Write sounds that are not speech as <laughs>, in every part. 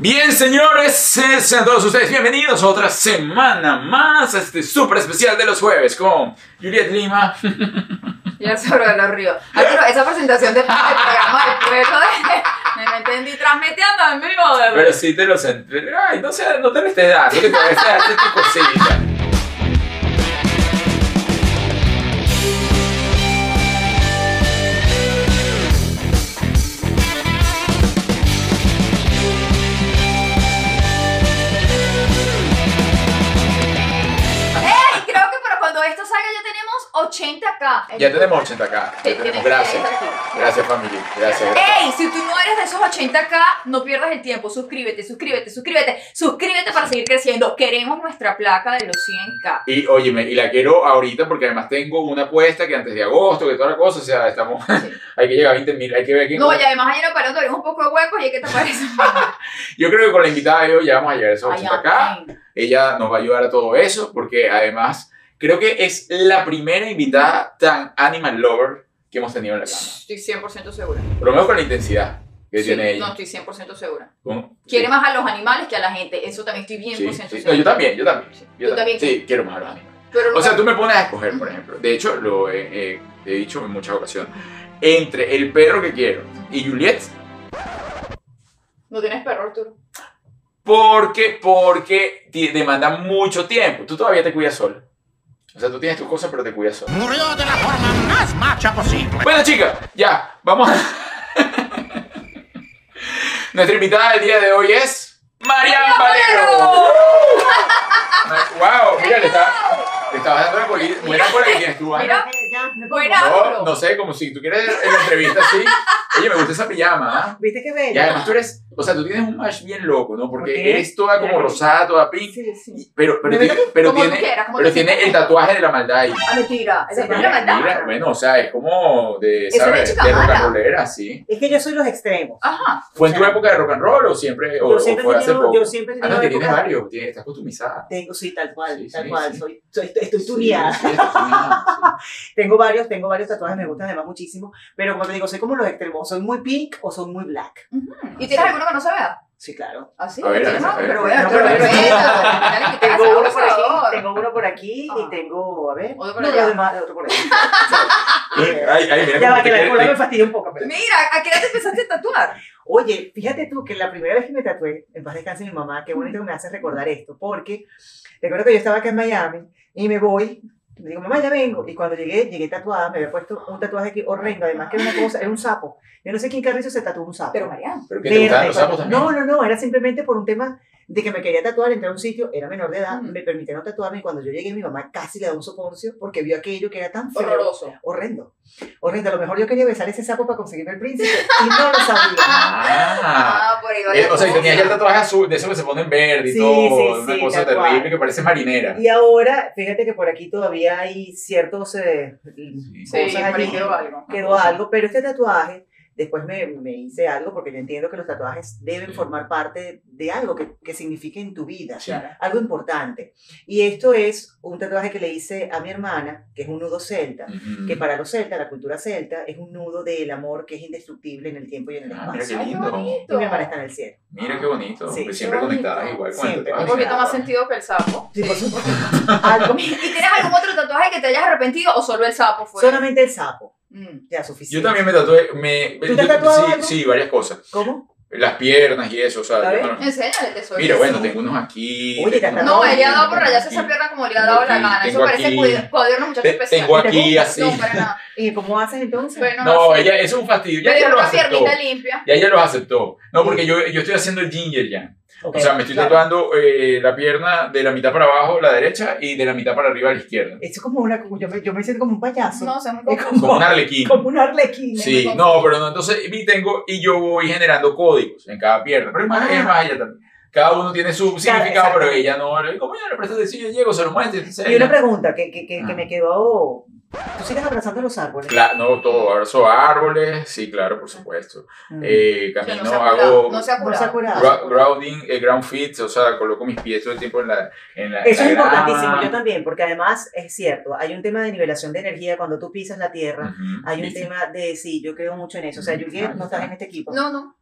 Bien, señores, eh, sean todos ustedes bienvenidos a otra semana más a este súper especial de los jueves con Juliet <laughs> Lima. Ya sobre de los ríos. Ay, pero esa presentación del, del programa del pueblo de, me la entendí transmitiendo en vivo. de- Pero si te lo sent- Ay, no, sea, no te lo estés dando, que te lo estés haciendo tu cosita. ¡Ey! Creo que para cuando esto salga ya tenemos 80 k Ya tenemos 80 acá. Sí, Ya tenemos. tiene que Gracias. estar aquí. Gracias, familia. Gracias. ¡Ey! Si tú no eres de esos 80k, no pierdas el tiempo. Suscríbete, suscríbete, suscríbete. Suscríbete para seguir creciendo. Queremos nuestra placa de los 100k. Y óyeme, y la quiero ahorita porque además tengo una apuesta que antes de agosto, que toda la cosa, o sea, estamos. hay que llegar a 20 mil, hay que ver quién. No, y además ayer nos paramos todavía un poco de huecos. ¿Y qué te <laughs> parece? Yo creo que con la invitada de hoy ya vamos a llegar a esos Ay, 80 acá. amén. Ella nos va a ayudar a todo eso porque además creo que es la primera invitada tan animal lover que hemos tenido en la cama. Estoy 100% segura. Por lo menos con la intensidad que Sí, tiene No, ella. estoy 100% segura. ¿Cómo? Quiere Sí, más a los animales que a la gente. Eso también estoy 100% sí, sí. segura. No, yo también, yo también. Sí. Yo Tú también. Sí, quiero más a los animales. Pero no- O sea, tú me pones a escoger, por ejemplo. De hecho, lo he, he- he dicho en muchas ocasiones. Entre el perro que quiero y Juliet, no tienes perro, Arturo. porque, porque te demanda mucho tiempo. Tú todavía te cuidas solo. O sea, tú tienes tus cosas, pero te cuidas solo. Murió de la forma más macha posible. Bueno, chicas, ya, vamos a. <laughs> Nuestra invitada del día de hoy es. ¡Marian Valero! ¡Wow! Mira, le está. Le estabas dando la colita. Mira por ahí tienes tú, Ana. Mira, buena, No, Arturo. no sé, como si tú quieres en la entrevista así. Oye, me gusta esa pijama, ¿ah? ¿Viste qué Y bella? además tú eres. O sea, tú tienes un match bien loco, ¿no? Porque Ok. eres toda como rosada, toda pink. Sí, sí. Pero, pero, Me tiene, pero, como tú tiene, quieras, como pero tú tiene quieras. el tatuaje de la maldad ahí. Ah, mentira. Esa <laughs> es Sí, la Mira, verdad. mira, bueno, o sea, es como de, Es una ¿sabes? chica De mala. rocanrolera, sí. Es que yo soy los extremos. Ajá. ¿Fue en O tu sea, época de rock and roll o siempre? O, yo o siempre fue he hace tenido, poco? yo siempre he Ah, tenido no, que tienes épocas- varios, tienes- estás customizada. Tengo, sí, tal cual, Sí, tal sí, cual. sí. Soy, soy, estoy Sí, tuneada. sí, estás tuneada, sí. Tengo varios, tengo varios tatuajes, me gustan además muchísimo. Pero como te digo, soy como los extremos. Soy muy pink o soy muy black. ¿Y tienes alguno que no se vea? Sí, claro. Así. A ver, a ver, No, a ver. Pero Mm, No, bueno, pero pero- bueno, dale, que te Tengo hagas uno por aquí, abusador. tengo uno por aquí Ah. y tengo, a ver, Otro por no, allá. los demás, otro por aquí. <laughs> Ay, ay, mira ya cómo va, te que la quieres- cola me fastidia un poco. pero- Mira, ¿a qué edad te empezaste a tatuar? Oye, fíjate tú que la primera vez que me tatué, en paz descanse mi mamá, qué bonito que me hace recordar esto, porque recuerdo que yo estaba acá en Miami y me voy, le digo, mamá, ya vengo, y cuando llegué, llegué tatuada, me había puesto un tatuaje aquí horrendo, además que era una cosa, era un sapo. Yo no sé quién carrizo se tatuó un sapo. Pero Mariana. ¿Pero qué te gustaban Verde. los sapos también? No, no, no, era simplemente por un tema de que me quería tatuar, entré a un sitio, era menor de edad, Mm. me permitieron tatuarme y cuando yo llegué mi mamá casi le da un soponcio porque vio aquello que era tan feo, Horroroso. horrendo, horrendo. A lo mejor yo quería besar ese sapo para conseguirme el príncipe y no lo sabía. <laughs> Ah. por ahí va Eh, la o sea, y cosa. tenía ya el tatuaje azul, de eso que se pone en verde y Sí, todo, sí, una sí, cosa tal cual. terrible que parece marinera. Y ahora, fíjate que por aquí todavía hay ciertos eh, Sí, cosas por ahí allí. quedó algo. Quedó algo, pero este tatuaje, después me, me hice algo, porque yo entiendo que los tatuajes deben Sí. formar parte de algo que, que signifique en tu vida, Sí. algo importante. Y esto es un tatuaje que le hice a mi hermana, que es un nudo celta, Ujú. que para los celtas, la cultura celta, es un nudo del amor que es indestructible en el tiempo y en el Ah, mira qué espacio. lindo. Y mi hermana está en el cielo. Mira qué bonito. Sí. Siempre Qué bonito. conectadas igual con el Siempre. Un tatuaje. poquito más sentido que el sapo. Sí, <laughs> por supuesto. Algo- ¿Y tienes algún otro tatuaje que te hayas arrepentido o solo el sapo fue? Solamente el sapo, Mm. ya Yo suficiente. también me tatué. Me, ¿Tú te yo- has tatuado sí, algo? sí, varias cosas. ¿Cómo? Las piernas y eso, o sea, A yo ver. no- Enséñale, tesoro. Mira, bueno, tengo unos aquí. Oye, tengo te- unos No, No, ella ha dado aquí, por rayarse esa aquí. pierna como le ha dado la Tengo gana. Eso aquí- parece cuid- cuaderno de muchacho Te- especial. tengo aquí No, así. No, para nada. ¿Y cómo haces entonces? Bueno, No, sé. ella, eso es un fastidio. Me Ya dio ella los una aceptó. piernita limpia. Ya ella los aceptó. No, porque yo, yo estoy haciendo el ginger ya. Ok, O sea, me estoy claro. tatuando eh, la pierna de la mitad para abajo, la derecha, y de la mitad para arriba, la izquierda. Esto es como una. como- Yo me, yo me siento como un payaso. No, se me <laughs> es confunde. Como un arlequín. Como un arlequín. Sí, no, pero no, entonces y tengo, y yo voy generando códigos en cada pierna. Pero es más, es más ella también. Cada uno tiene su significado, pero exactamente. ella no. Como yo le presto decir, yo llego, se lo muestro. Y una pregunta que, que, que, que Ah. me quedó Tú sigues abrazando los árboles. Cla- no, todo, abrazo a árboles, sí, claro, por supuesto. Mm. Eh, O sea, camino, no se ha curado, hago no se ha No se ha curado. curado. gra- grounding, eh, ground feet, o sea, coloco mis pies todo el tiempo en la, en la- Eso es en la grama. importantísimo, yo también, porque además es cierto, hay un tema de nivelación de energía cuando tú pisas la tierra, Ujú, hay un ¿viste? tema de, sí, yo creo mucho en eso, o sea, Juliet no estás en este equipo. No, no.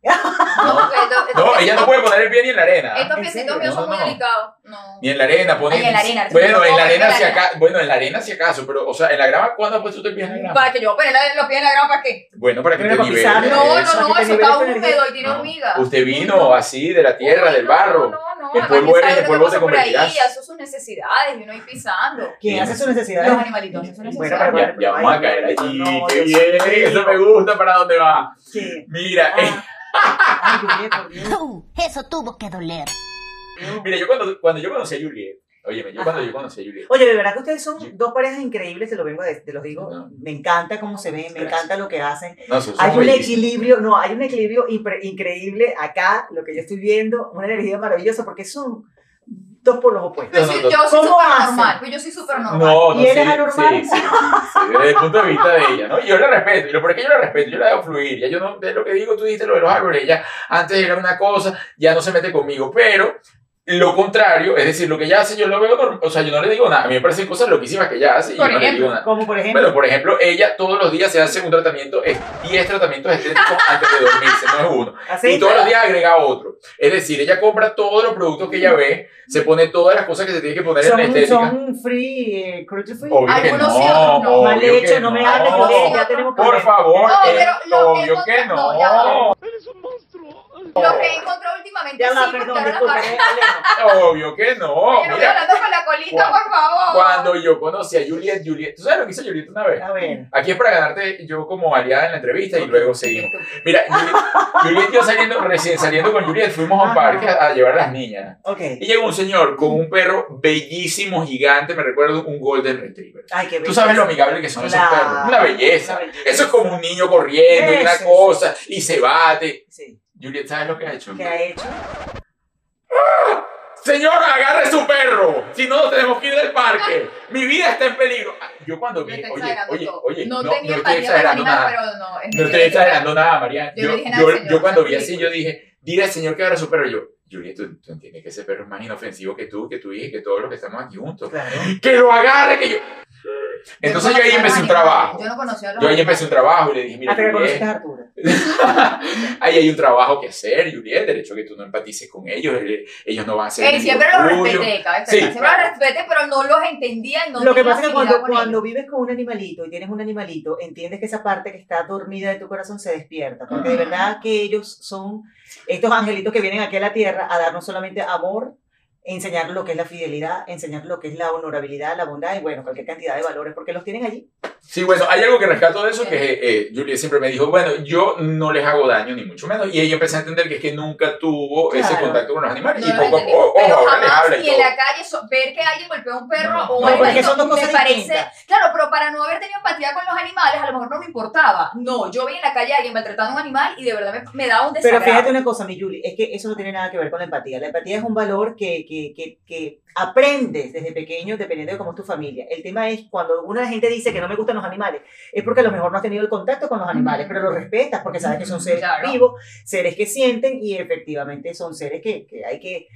No, porque esto- esto- No, ella no puede poner el pie ni en la arena. Estos ¿En piecitos serio? míos son No, muy no. delicados. No. Ni en la arena, pone. Ay, en la arena, Bueno, en no, la en la arena si arena. acaso. Bueno, en la arena si acaso, pero, o sea, en la grama, ¿cuándo has puesto tu pie en la grama? Para que yo opere la- los pies en la grama, ¿para qué? Bueno, para que Pero te para niveles. pisar, No, eso. no, no, Para que te eso está libere tu húmedo y tiene No. hormigas. Usted Uy, no. vino así, de la tierra, Uy, del no, barro. No, no, El además polvo que eres, sabe el lo que polvo te pasa por ahí, convertirás. hace sus necesidades y uno ir pisando. Quien Bien. hace sus necesidades. Los animalitos, hacen sus Bueno, necesidades. Ya, pero- ya vamos a Ay, caer no, allí. no, ¡Qué Dios bien! mío. Eso me gusta para dónde va. Sí. Mira, eh, Ah. Ay, Juliet, por Dios. Uh, eso tuvo que doler. <laughs> mira, yo cuando, cuando yo conocí a Juliet, óyeme, yo cuando yo conocí a Juliet, Oye, de verdad que ustedes son Sí. dos parejas increíbles, te lo vengo de, te los digo, No. me encanta cómo se ven, me Gracias. encanta lo que hacen. no, son Hay son un bellísimos. equilibrio, no, hay un equilibrio impre- increíble acá, lo que yo estoy viendo, una energía maravillosa porque son dos polos opuestos. Yo No, no, soy, no. Pues yo soy ¿Cómo súper hacen? normal, pues yo soy súper normal. No, no, ¿Y eres sí, anormal? Sí, sí, sí, desde el punto de vista de ella, ¿no? Y yo la respeto, y lo por qué yo la respeto, yo la dejo fluir, ya yo no, de lo que digo, tú dijiste lo de los árboles, ella antes era una cosa, ya no se mete conmigo, pero lo contrario, es decir, lo que ella hace yo lo veo, norm- o sea, yo no le digo nada, a mí me parecen cosas loquísimas que ella hace y Por yo no le ejemplo. digo nada. Como por ejemplo, Bueno, por ejemplo, ella todos los días se hace un tratamiento, es 10 tratamientos estéticos antes de dormirse, no es uno así. y todos los días agrega otro. Es decir, ella compra todos los productos que ella ve, se pone todas las cosas que se tiene que poner en la Son, estética. son free, eh, cruelty free. Obvio que Algunos no, sí, otros no. obvio Mal hecho, que no me hables, no. Juliet, ya tenemos Por problemas. favor, No, eh, pero lo que obvio que, encontra- no. no, ya va. Los que he Obvio encontrado últimamente, Ya sí, va, porque perdón, ahora la disculpa, parte- eh, Elena. que Oye, no. no estoy Mira, hablando con la colita, Cuando- por favor. cuando yo conocí a Juliet, Juliet, ¿tú sabes lo que hizo Juliet una vez? A ver. Aquí es para ganarte yo como aliada en la entrevista y luego seguimos. Mira, Juliet, Juliet y yo saliendo, recién saliendo con Juliet, fuimos a un Ajá. parque a, a llevar a las niñas. Ok. Y llegó un señor con un perro bellísimo, gigante, me recuerdo, un Golden Retriever. Ay, qué Tú sabes lo amigable que son esos Claro. perros. Una belleza. Una belleza. Eso es como un niño corriendo y una Eso, cosa y se bate. Sí. Juliet, ¿sabes lo que ha hecho? ¿Qué ha hecho? Señor, agarre su perro. Si no, nos tenemos que ir del parque. Mi vida está en peligro. Ah, Yo cuando vi, Me está oye, exagerando oye, todo. oye, no, no no estoy tenía empatía con los exagerando animales, nada. pero no. es No muy estoy exagerado. exagerando nada, María. Yo le Yo, dije yo, nada, señor, yo cuando no vi así, ridículo. yo dije, dile al señor que agarre su perro. Yo, Juliet, tú, tú entiendes que ese perro es más inofensivo que tú, que tu hija, que todos los que estamos aquí juntos. Claro. Que lo agarre, que yo. Yo no Entonces yo conocía ahí a los empecé un animales, trabajo. Yo no conocía a los Yo ahí animales. empecé un trabajo y le dije, mira, Hasta que Juliet, conociste a Arturo. ahí hay un trabajo que hacer, Juliet, el hecho de que tú no empatices con ellos, el- ellos no van a ser Ey, el siempre los orgullo. respeté, cabe Sí. destacar, Siempre los respeté, pero no los entendía. No lo que tenía pasa afinidad es que cuando, con cuando ellos. vives con un animalito y tienes un animalito, entiendes que esa parte que está dormida de tu corazón se despierta, porque de Ah. verdad que ellos son estos angelitos que vienen aquí a la tierra a darnos solamente amor, enseñar lo que es la fidelidad, enseñar lo que es la honorabilidad, la bondad y bueno, cualquier cantidad de valores, porque los tienen allí. Sí, bueno, hay algo que rescato de eso, que eh, eh, Juliet siempre me dijo, bueno, yo no les hago daño, ni mucho menos. Y ella empecé a entender que es que nunca tuvo ese Claro. contacto con los animales. y No los poco a entendí. poco, ojo, pero ahora les jamás habla y ni en todo. la calle so- ver que alguien golpea a un perro No, o no, un porque animalito son dos cosas me parece distintas. claro pero para no haber tenido empatía con los animales a lo mejor no me importaba no yo vi en la calle a alguien maltratando a un animal y de verdad me, me daba un Pero desagrado fíjate una cosa, mi Julie, es que eso no tiene nada que ver con la empatía. La empatía es un valor que, que, que, que aprendes desde pequeño, dependiendo de cómo es tu familia. El tema es cuando una gente dice que no me gustan los animales, es porque a lo mejor no has tenido el contacto con los animales, pero los respetas porque sabes que son seres Claro. vivos, seres que sienten y efectivamente son seres que, que hay que,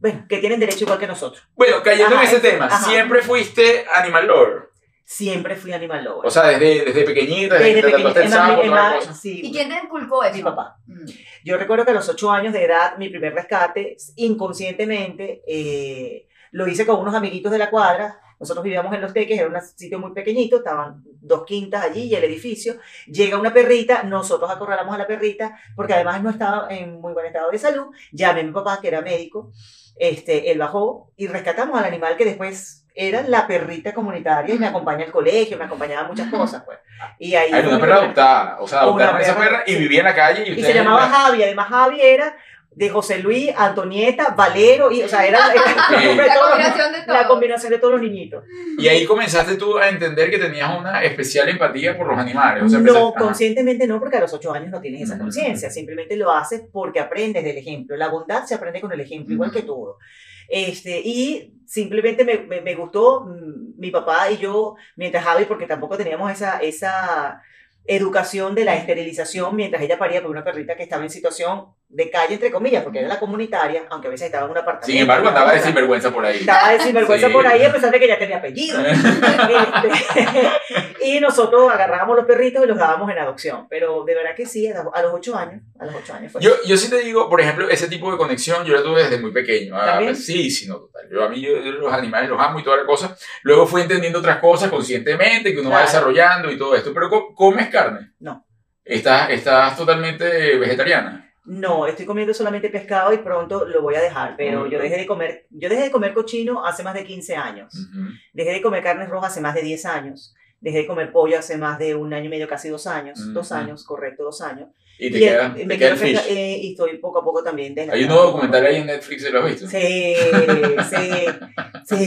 bueno, que tienen derecho igual que nosotros. Bueno, cayendo Ajá, en ese eso, tema, ajá. siempre fuiste animal lover. Siempre fui animal lobo. O sea, desde, desde pequeñita, desde, que te tatuaste el sapo, toda la cosa. sí, y quién te inculcó eso mi papá. Mm. Yo recuerdo que a los ocho años de edad, mi primer rescate, inconscientemente, eh, lo hice con unos amiguitos de la cuadra. Nosotros vivíamos en Los Teques, era un sitio muy pequeñito, estaban dos quintas allí y el edificio. Llega una perrita, nosotros acorralamos a la perrita, porque además no estaba en muy buen estado de salud. Llamé a mi papá, que era médico, este, él bajó y rescatamos al animal que después era la perrita comunitaria y me acompaña al colegio, me acompañaba a muchas cosas. Pues. Y ahí Ah, Era fue una mi perra primer- adoptada. O sea, Una adoptaron a esa perra. perra y vivía en la calle. Y, y ustedes se en llamaba la- Javi, además Javi era de José Luis, Antonieta, Valero, y, o sea, era, <laughs> Sí. era la, combinación La de todos los- combinación de todo. la combinación de todos los niñitos. Y ahí comenzaste tú a entender que tenías una especial empatía por los animales. O sea, no, empezaste- ajá. conscientemente no, porque a los ocho años no tienes esa Ujú. conciencia, simplemente lo haces porque aprendes del ejemplo. La bondad se aprende con el ejemplo, igual Ujú. que todo. Este, y simplemente me, me- me gustó, mm, mi papá y yo, mientras Javi, porque tampoco teníamos esa, esa educación de la esterilización, mientras ella paría por una perrita que estaba en situación de calle, entre comillas, porque era la comunitaria, aunque a veces estaba en un apartamento. Sin embargo, andaba de Estaba- sinvergüenza por ahí. estaba de sinvergüenza Sí. por ahí, a pesar de que ya tenía apellido. <laughs> Este, <laughs> y nosotros agarrábamos los perritos y los dábamos en adopción. Pero de verdad que sí, a los- a los ocho años. A los ocho años fue. Yo, yo sí te digo, por ejemplo, ese tipo de conexión yo la tuve desde muy pequeño. Ah, ¿También? sí, sí, no, total. Yo, a mí yo, yo los animales los amo y toda la cosa. Luego fui entendiendo otras cosas conscientemente que uno va Claro. desarrollando y todo esto. Pero co- ¿comes carne? No. ¿Estás, estás totalmente eh, vegetariana? No, estoy comiendo solamente pescado y pronto lo voy a dejar. Ah, Pero yo dejé de comer, yo dejé de comer cochino hace más de 15 años. Ujú. Dejé de comer carnes rojas hace más de 10 años. Dejé de comer pollo hace más de un año y medio, casi dos años. Dos Ujú. años, correcto, dos años. Y te Y, eh, queda, me te quiero queda el pesca- fish. eh, y estoy poco a poco también Hay un nuevo nuevo documental ahí en Netflix, ¿lo has visto? Sí, sí, sí, sí,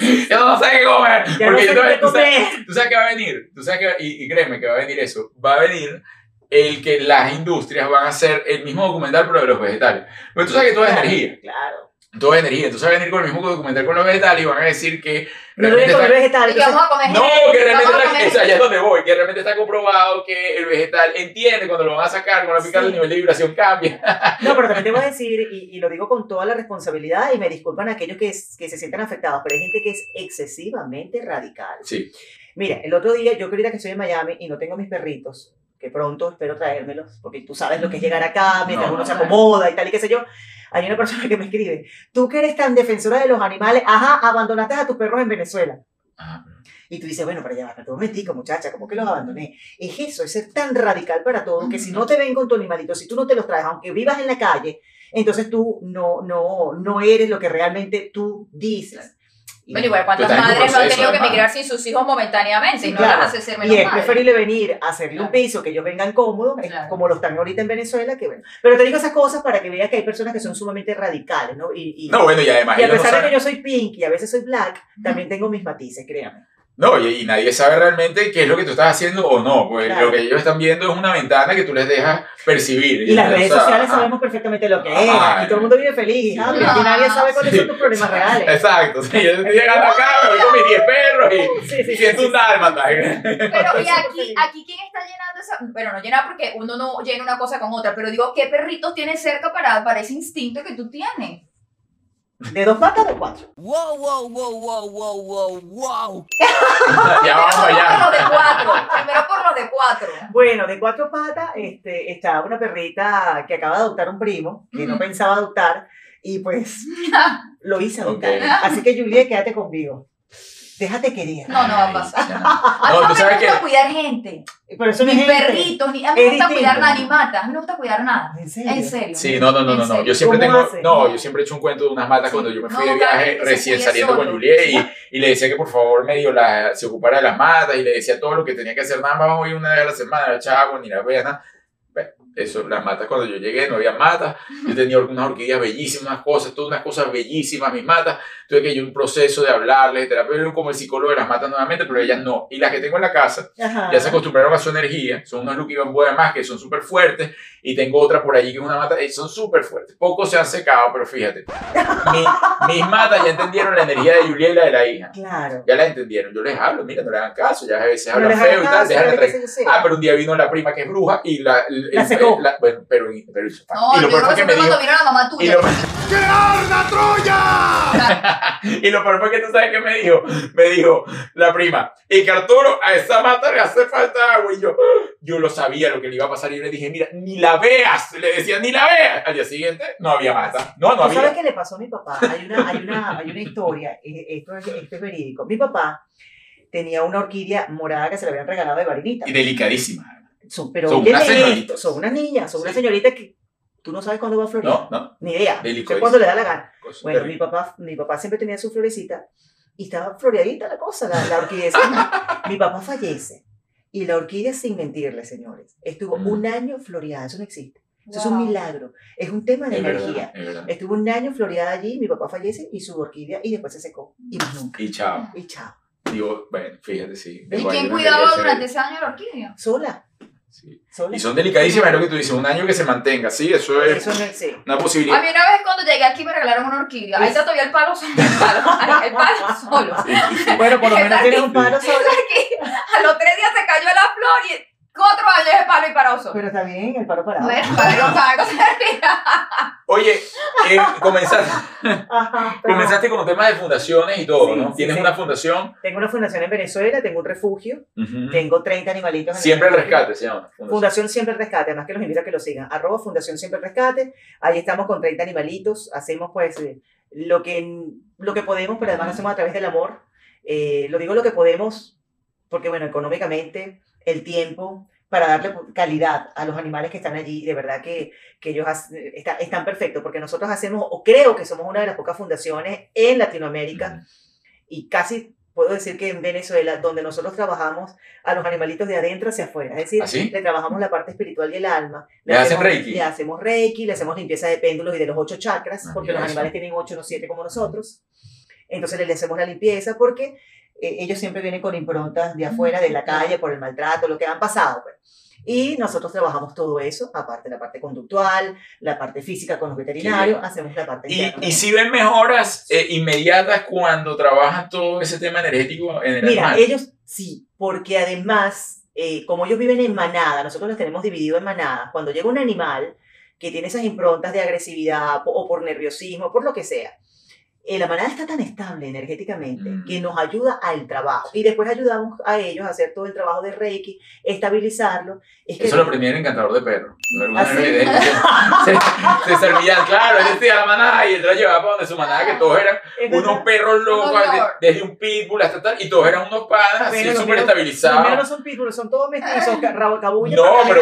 <laughs> sí. Yo no sé qué comer. Ya no porque sé yo- qué tú sabes- comer. Tú sabes que va a venir, tú sabes que, va- y, y créeme que va a venir eso, va a venir el que las industrias van a hacer el mismo documental pero de los vegetales. Pero tú sabes que todo es Claro, energía, Claro. todo es energía, entonces va a venir con el mismo documental con los vegetales y van a decir que No debe realmente comer está... vegetales. Y que vamos a comer No, gente, que realmente vamos a está, comer o sea, allá es donde voy, que realmente está comprobado que el vegetal entiende cuando lo van a sacar, cuando lo picar Sí. el nivel de vibración cambia. <laughs> No, pero también te voy a decir, y, y lo digo con toda la responsabilidad, y me disculpan aquellos que, es- que se sientan afectados, pero hay gente que es excesivamente radical. Sí. Mira, el otro día, yo que ahorita que estoy en Miami y no tengo mis perritos, que pronto espero traérmelos, porque tú sabes lo que es llegar acá, mientras No, uno no, se claro. acomoda y tal y qué sé yo. Hay una persona que me escribe, tú que eres tan defensora de los animales, ajá, abandonaste a tus perros en Venezuela. Ah, Y tú dices, bueno, pero ya va, pero un momentico, muchacha, ¿cómo que los abandoné? Es eso, es ser tan radical para todo, que si no te ven con tu animalito, si tú no te los traes, aunque vivas en la calle, entonces tú no, no, no eres lo que realmente tú dices. Y Bueno, igual, ¿cuántas Tú estás en tu madres no han proceso, tenido que además. emigrar sin sus hijos momentáneamente? Sí, y no claro. las hace ser menos y es madre. preferible venir a hacerle un Claro. piso, que ellos vengan cómodos, es Claro. como los están ahorita en Venezuela, que bueno. Pero te digo esas cosas para que veas que hay personas que son sumamente radicales, ¿no? Y, y- No, bueno, y además y a ellos no pesar de saben- que yo soy pink y a veces soy black, también tengo mis matices, créanme. No, y, y nadie sabe realmente qué es lo que tú estás haciendo o no, porque Claro. lo que ellos están viendo es una ventana que tú les dejas percibir. Y las redes O sea, sociales ajá. sabemos perfectamente lo que es. Ay. Aquí todo el mundo vive feliz, ¿sabes? Sí. ah, Aquí nadie sabe cuáles Sí. son tus problemas reales. Exacto, sí, yo estoy llegando acá, me voy con mis 10 perros y, Sí, sí, y sí, siento sí, un dálmata. <laughs> Pero y Eso es aquí, posible. aquí quién está llenando esa, bueno, no llenar porque uno no llena una cosa con otra, pero digo, ¿qué perritos tienes cerca para, para ese instinto que tú tienes? De dos patas, de cuatro. Wow, wow, wow, wow, wow, wow, wow. Ya vamos Primero por allá. los de cuatro, primero por los de cuatro. Bueno, de cuatro patas este, está una perrita que acaba de adoptar un primo, que no Ujú. pensaba adoptar, y pues lo hice adoptar. Ok. Así que, Juliet, quédate conmigo. Déjate querer. No, no va a pasar. A mí No, no tú me sabes que. gusta cuidar gente, Pero eso no ni es gente. perritos, ni, a mí no me Es gusta cuidar distinto. nada, ni matas, a mí no me gusta cuidar nada. ¿En serio? En serio. Sí, no, no, no, no, no. Yo En serio. siempre ¿Cómo tengo, hace? no, yo siempre he hecho un cuento de unas matas cuando yo me fui No, de viaje Karen, que se recién cuide saliendo con solo. Juliet y, y le decía que por favor medio la, se ocupara de las matas y le decía todo lo que tenía que hacer, nada más voy una vez a la semana, la chavo, ni la vea, nada. Bueno, eso, las matas cuando yo llegué no había matas, <laughs> yo tenía unas orquídeas bellísimas, unas cosas, todas unas cosas bellísimas, mis matas, tuve que yo un proceso de hablarles, terapia, yo como el psicólogo de las matas nuevamente, pero ellas no, y las que tengo en la casa, Ajá. ya se acostumbraron a su energía, son unas Lucky Bamboo además que son súper fuertes y tengo otra por allí que es una mata y son súper fuertes, pocos se han secado, pero fíjate, mi- mis matas ya entendieron la energía de Julia y la de la hija, Claro. ya la entendieron, yo les hablo, mira, no le hagan caso, ya a veces No hablan les feo y hagas tal, caso, déjala déjale que tranquila. se yo sea. Ah, pero un día vino la prima que es bruja y la... el- La el- secó. la- bueno, pero, pero hizo- No, y lo yo peor fue creo que que me siempre cuando dijo... vieron a la mamá Y tuya. lo, <laughs> y lo peor fue que tú sabes que me dijo, me dijo la prima, y que Arturo a esa mata le hace falta agua. Y yo, yo lo sabía lo que le iba a pasar. Y yo le dije, mira, ni la veas. Le decía, ni la veas. Al día siguiente no había mata. No, no ¿Tú sabes había. qué le pasó a mi papá? Hay una, hay una, hay una historia, <laughs> eh, esto es, esto es verídico. Mi papá tenía una orquídea morada que se le habían regalado de varinita. Y delicadísima. Son, pero Son óyeme unas señoritas. esto, son unas niñas, son Sí. unas señoritas que tú no sabes cuándo va a florir. No, no. Ni idea. Delicadísima. Sé cuándo le da la gana. Cosa Bueno, mi terrible. papá, mi papá siempre tenía su florecita y estaba floreadita la cosa, la, la orquídea. <laughs> mi papá fallece y la orquídea, sin mentirle, señores, estuvo Mm. un año floreada, eso no existe. Eso es un Wow. milagro. Es un tema de Es verdad, energía. es verdad. Estuvo un año floreada allí, mi papá fallece y su orquídea y después se secó. Y más nunca. Y chao. Y chao. Digo, bueno, fíjate, sí. ¿Y Igual quién yo no cuidaba quería durante ser- ese año la orquídea? Sola. sí. Sola. Y son delicadísimas, es lo que tú dices, un año que se mantenga, sí, eso es Eso no es. sí. una A posibilidad. mí una vez cuando llegué aquí me regalaron una orquídea. Ahí está todavía el palo <laughs> solo. El palo, el palo solo. <laughs> Bueno, por lo menos tiene un palo sola. Aquí, a los tres días se cayó la flor y cuatro años de palo y paró solo. Pero está bien, el palo parado. Bueno, para que no sabe cosa de vida. Oye, <laughs> eh, comenzaste, Ajá, pero- comenzaste con los temas de fundaciones y todo, Sí, ¿no? sí, Tienes sí. una fundación. Tengo una fundación en Venezuela, tengo un refugio, ujú. tengo 30 animalitos. en el Mm. Siempre al refugio. rescate se llama. fundación. Fundación Siempre al Rescate, además que los invito a que lo sigan. Arroba Fundación Siempre al Rescate. Ahí estamos con 30 animalitos. Hacemos pues eh, lo que, lo que podemos, pero además lo hacemos a través del amor. Eh, lo digo lo que podemos, porque bueno, económicamente, el tiempo, para darle calidad a los animales que están allí. De verdad que, que ellos hac- eh, está- están perfectos, porque nosotros hacemos, o creo que somos una de las pocas fundaciones en Latinoamérica y casi puedo decir que en Venezuela, donde nosotros trabajamos a los animalitos de adentro hacia afuera, es decir, ¿Ah, sí? le trabajamos la parte espiritual y el alma. ¿Le hacen hacemos, reiki? Le hacemos reiki, le hacemos limpieza de péndulos y de los ocho chakras, Ah, porque los mira eso. animales tienen ocho, no siete como nosotros. Entonces le hacemos la limpieza porque eh, ellos siempre vienen con improntas de afuera, de la calle, por el maltrato, lo que han pasado. pues. Y nosotros trabajamos todo eso, aparte la parte conductual, la parte física con los veterinarios, bien. hacemos la parte Y, interna. y si ven mejoras eh, inmediatas cuando trabajas todo ese tema energético en el Mira, animal. ellos sí, porque además, eh, como ellos viven en manada, nosotros los tenemos divididos en manadas. Cuando llega un animal que tiene esas improntas de agresividad po- o por nerviosismo, por lo que sea, eh, la manada está tan estable energéticamente Mm. que nos ayuda al trabajo. Y después ayudamos a ellos a hacer todo el trabajo de Reiki, estabilizarlo. Es que Eso lo aprendí en Encantador de Perros. De alguna ¿Ah, sí? manera, <laughs> de- se, se servían, claro, él decía la manada y él la llevaba para donde su manada, que todos eran es unos verdad. perros locos, Unos de- lord. desde un pitbull hasta tal, y todos eran unos panas, Pero así súper los míos- Los míos no estabilizados. son pitbulls, son <laughs> todos mestizos, ca- rabo cabullo, No, pero pero-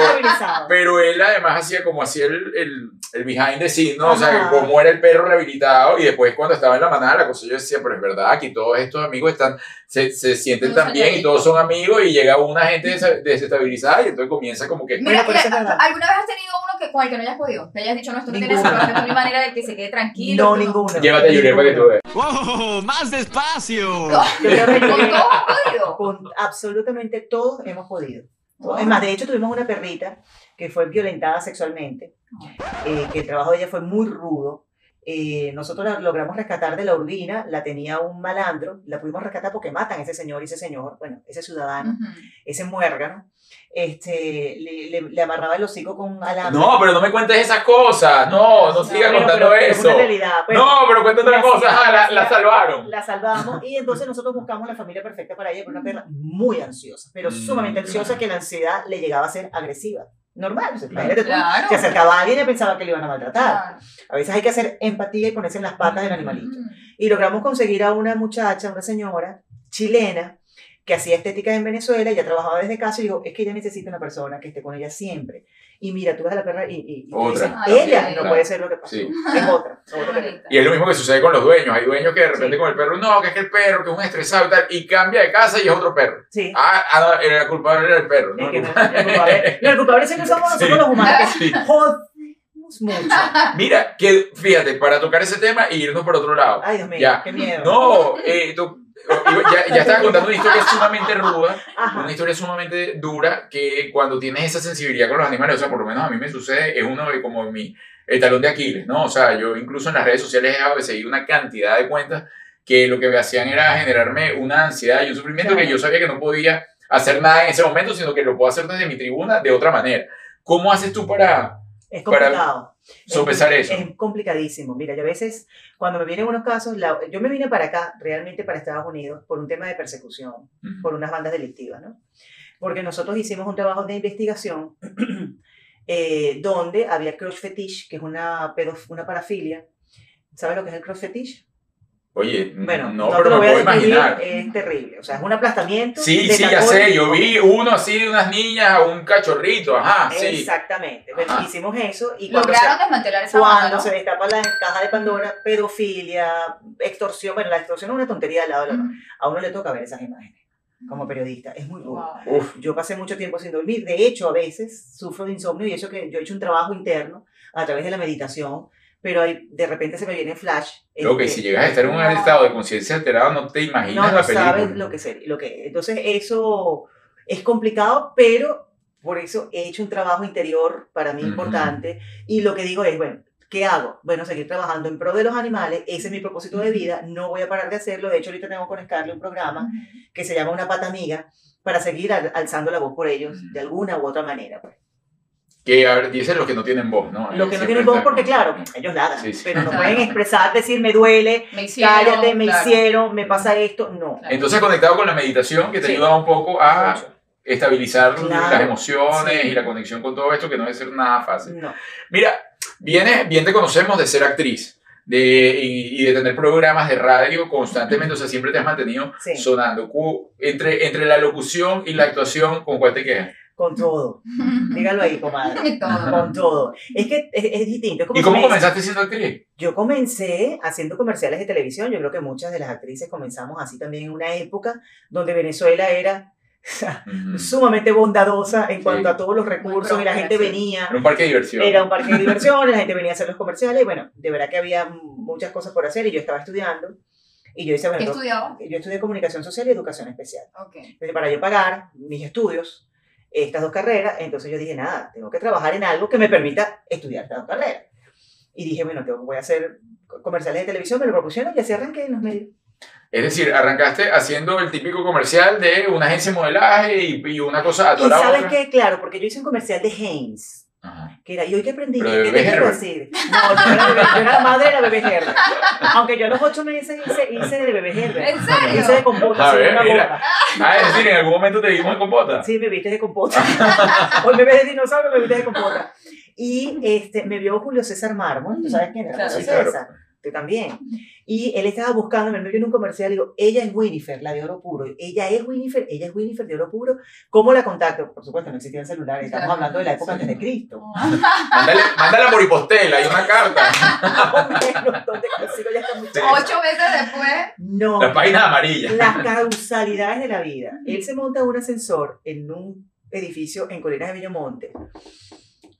<laughs> estabilizados. Pero él además hacía como hacía el, el, el behind the scenes, ¿no? O sea, Ajá. cómo era el perro rehabilitado y después cuando estaba en la manada la cosa yo decía, pero es verdad, aquí todos estos amigos están, se, se sienten Todos tan bien y amiguitos. todos son amigos y llega una gente desa- desestabilizada y entonces comienza como que... Mira, pero eso es mira, verdad. ¿alguna vez has tenido uno que, con el que no hayas podido? Que hayas dicho, no, esto no tiene Ninguno. solución, no hay manera de que se quede tranquilo. No, esto ninguno. Llévate a Yuri para que tú veas. ¡Wow! ¡Más despacio! Yo <laughs> creo que ¿Con yo- todo has podido? Con absolutamente todos hemos podido. Es más, de hecho tuvimos una perrita que fue violentada sexualmente, eh, que el trabajo de ella fue muy rudo. Eh, nosotros la logramos rescatar de la urbina, la tenía un malandro, la pudimos rescatar porque matan a ese señor y ese señor, bueno, ese Mm. ciudadano, Ujú. ese muérgano, este, le, le- le amarraba el hocico con un alambre. No, pero no me cuentes esas cosas. No, no No, sigas pero- contando pero- pero es eso. una realidad. pues. no, pero cuenta otra la cosa. hacía- Ah, la, la la hacía- salvaron. La salvamos y entonces nosotros buscamos la familia perfecta para ella, pero una perra muy ansiosa, pero Mm, sumamente ansiosa claro. que la ansiedad le llegaba a ser agresiva. Normal, o sea, Claro. imagínate tú, Claro. se acercaba a alguien y pensaba que le iban a maltratar. Claro. A veces hay que hacer empatía y ponerse en las patas del Mm. animalito. Ujú. Y logramos conseguir a una muchacha, una señora chilena, que hacía estética en Venezuela, ella trabajaba desde casa y digo, es que ella necesita una persona que esté con ella siempre. Y mira, tú ves a la perra y, y- y tú Otra. dices, Ay, ella sí. no puede ser lo que pasó. Sí. Es otra. Qué otra perra. bonita. Y es lo mismo que sucede con los dueños. Hay dueños que de repente Sí. con el perro, no, que es que el perro, que es un estresado y tal, y cambia de casa y es otro perro. Sí. Ah, ah, no, era el culpable era el perro. Es ¿no? que no, el culpable, no, el culpable siempre somos nosotros Sí. los humanos. Sí. <laughs> que Jodemos mucho. Mira, que fíjate, para tocar ese tema e irnos por otro lado. Ay, Dios mío, Ya. qué miedo. No, eh, tú- ya, ya estaba contando una historia sumamente ruda. Ajá. Una historia sumamente dura que cuando tienes esa sensibilidad con los animales, o sea, por lo menos a mí me sucede, es uno de como mi el talón de Aquiles, ¿no? O sea, yo incluso en las redes sociales he dejado de seguir una cantidad de cuentas que lo que me hacían era generarme una ansiedad y un sufrimiento que Claro. yo sabía que no podía hacer nada en ese momento, sino que lo puedo hacer desde mi tribuna de otra manera. ¿Cómo haces tú para Es para complicado. Es sopesar compli- eso? Es complicadísimo. Mira, yo a veces, cuando me vienen unos casos, la- yo me vine para acá, realmente para Estados Unidos, por un tema de persecución, por unas bandas delictivas, ¿no? Porque nosotros hicimos un trabajo de investigación <clears throat> eh, donde había crush fetish, que es una, pedof- una parafilia. ¿Sabes lo que es el crush fetish? Oye, Bueno, Mm, no, te pero me lo voy a puedo describir, imaginar. Es terrible. O sea, es un aplastamiento. Sí, de sí, ya tacón. sé, yo vi uno así de unas niñas a un cachorrito, ajá, sí. Exactamente. Bueno, Ajá. hicimos eso y cuando, Lograron se, desmantelar esa banda, cuando ¿no? se destapa la caja de Pandora, pedofilia, extorsión. Bueno, la extorsión es una tontería al lado de la otra. Ujú. A uno le toca ver esas imágenes. como periodista. Es muy duro. Wow. Uf, Yo pasé mucho tiempo sin dormir. De hecho, a veces sufro de insomnio y eso que yo he hecho un trabajo interno a través de la meditación, pero hay- de repente se me viene flash. lo que este, si llegas a estar en un estado de conciencia alterado, no te no, imaginas no la película. sabes lo que ser, lo que entonces eso es complicado, pero por eso he hecho un trabajo interior para mí Ujú. importante y lo que digo es, bueno, ¿qué hago? Bueno, seguir trabajando en pro de los animales, ese es mi propósito de vida, no voy a parar de hacerlo, de hecho ahorita tengo con Scarlett un programa que se llama Una pata amiga para seguir al- alzando la voz por ellos de alguna u otra manera. pues. Que a ver, dicen los que no tienen voz, ¿no? Lo que no Siempre tienen voz están- porque claro, ellos nada, Ah, Sí, sí. <laughs> pero no Claro. pueden expresar, decir me duele, Me hicieron. cállate, me claro. hicieron, me pasa esto, no. Claro. Entonces, conectado con la meditación, que te Sí. ayuda un poco a Mucho. estabilizar Claro. las emociones Sí. y la conexión con todo esto, que no debe ser nada fácil. No. Mira, viene, bien te conocemos de ser actriz de, y, y de tener programas de radio constantemente, o sea, siempre te has mantenido Sí. sonando. Cu- Entre, entre la locución y la actuación, ¿con cuál te quedas? Con todo. Dígalo ahí, <laughs> comadre. Todo. Con todo. Es que es, es distinto. es como ¿Y si cómo me- comenzaste siendo actriz? Yo comencé haciendo comerciales de televisión. Yo creo que muchas de las actrices comenzamos así también en una época donde Venezuela era Ujú. sumamente bondadosa en Mm. Sí. cuanto a todos los recursos y la gente próspera, sí. venía. Era un parque de diversión. Era un parque de diversiones, la gente venía a hacer los comerciales y bueno, de verdad que había muchas cosas por hacer y yo estaba estudiando y yo hice, ¿Qué bueno, estudiaba? yo estudié comunicación social y educación especial. Ok. Entonces, para yo pagar mis estudios, estas dos carreras, entonces yo dije, nada, tengo que trabajar en algo que me permita estudiar estas dos carreras. Y dije, bueno, tengo, voy a hacer comerciales de televisión, me lo propusieron y así arranqué en los medios. Es decir, arrancaste haciendo el típico comercial de una agencia de modelaje y, y una cosa a Y toda Ah, la sabes otra. qué, claro, porque yo hice un comercial de Haynes, Ajá. que era, y hoy que aprendí, Pero ¿qué de te bebé quiero Herbert. decir? No, yo era, bebé- yo era la madre de la bebé Herbert. Aunque yo a los ocho meses hice, hice de bebé Herbert. ¿En Hice de serio? compota, A así, ver, una mira. bomba. Ah, es decir, en algún momento te dimos en compota. Sí, me viste de compota. <laughs> Hoy me ves de dinosaurio, me viste de compota. Y este, me vio Julio César Mármol, ¿tú sabes quién era? Claro, Julio sí, claro. César, tú también. Y él estaba buscando, me vio en un comercial y digo, ella es Winifred, la de oro puro. Ella es Winifred, ella es Winifred de oro puro. ¿Cómo la contacto? Por supuesto, no existían celulares, estamos Claro. hablando de la época Sí. antes de Cristo. Mándale, mándala por hipostela, hay una <laughs> carta. Más o menos, ¿dónde <laughs> consigo ya esta muchacha? Ocho veces después. No. La página amarilla. <laughs> las causalidades de la vida. Él se monta un ascensor en un edificio en Colinas de Bellomonte,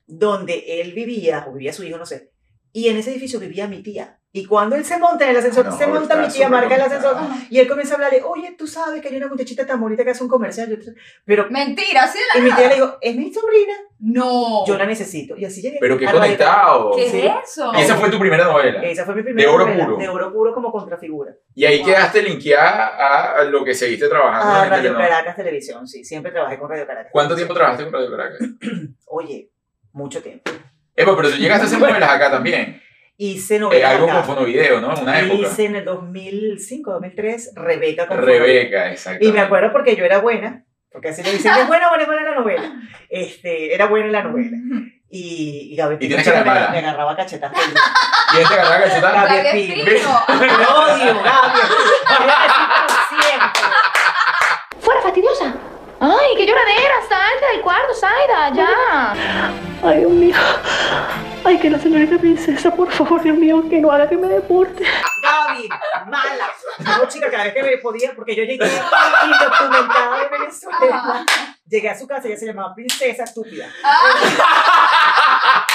donde él vivía, o vivía su hijo, no sé, y en ese edificio vivía mi tía. Y cuando él se monta en el ascensor, Ah, No, se está monta mi tía, marca el ascensor, superconectado. y él comienza a hablarle, oye, tú sabes que hay una muchachita tan bonita que hace un comercial, yo te- pero... Mentira, sí. Y mi tía le dijo, es mi sobrina, No. yo la necesito. Y así llegué. Pero qué a Radio- conectado. ¿Qué es Sí. eso? Y esa fue tu primera novela. Esa fue mi primera oro novela, puro. de oro puro como contrafigura. Y ahí Wow. quedaste linkeada a lo que seguiste trabajando. A en Radio Telenor. Caracas Televisión, sí, siempre trabajé con Radio Caracas. ¿Cuánto tiempo trabajaste con Radio Caracas? Oye, mucho tiempo. Epa, pero tú llegaste a hacer novelas acá también. Hice Eh, novela algo acá. con Fonovideo, ¿no? En una época. Hice en el 2005, 2003, Rebeca con Fonoaudiólogo. Rebeca, exacto. Y me acuerdo porque yo era buena, porque así le dicen, es buena, buena, buena en la novela. Este, era buena en la novela. Y, y Gabriel Y tienes Pino cara de me- mala. Me agarraba cachetas. Y este ganaba cachetada. Gabriel Gabriel <laughs> Pino. ¡Te odio, Gabriel! Siempre. ¡Fuera fastidiosa! ¡Ay, qué lloradera! ¡Salte del cuarto, Zaida! ¡Ya! Ay, Dios mío. Ay, que la señorita princesa, por favor, Dios mío, que no haga que me deporte. Gaby, mala. No, chica, cada vez que me podía, porque yo llegué indocumentada de Venezuela. Llegué a su casa, ella se llamaba Princesa Estúpida. Ah.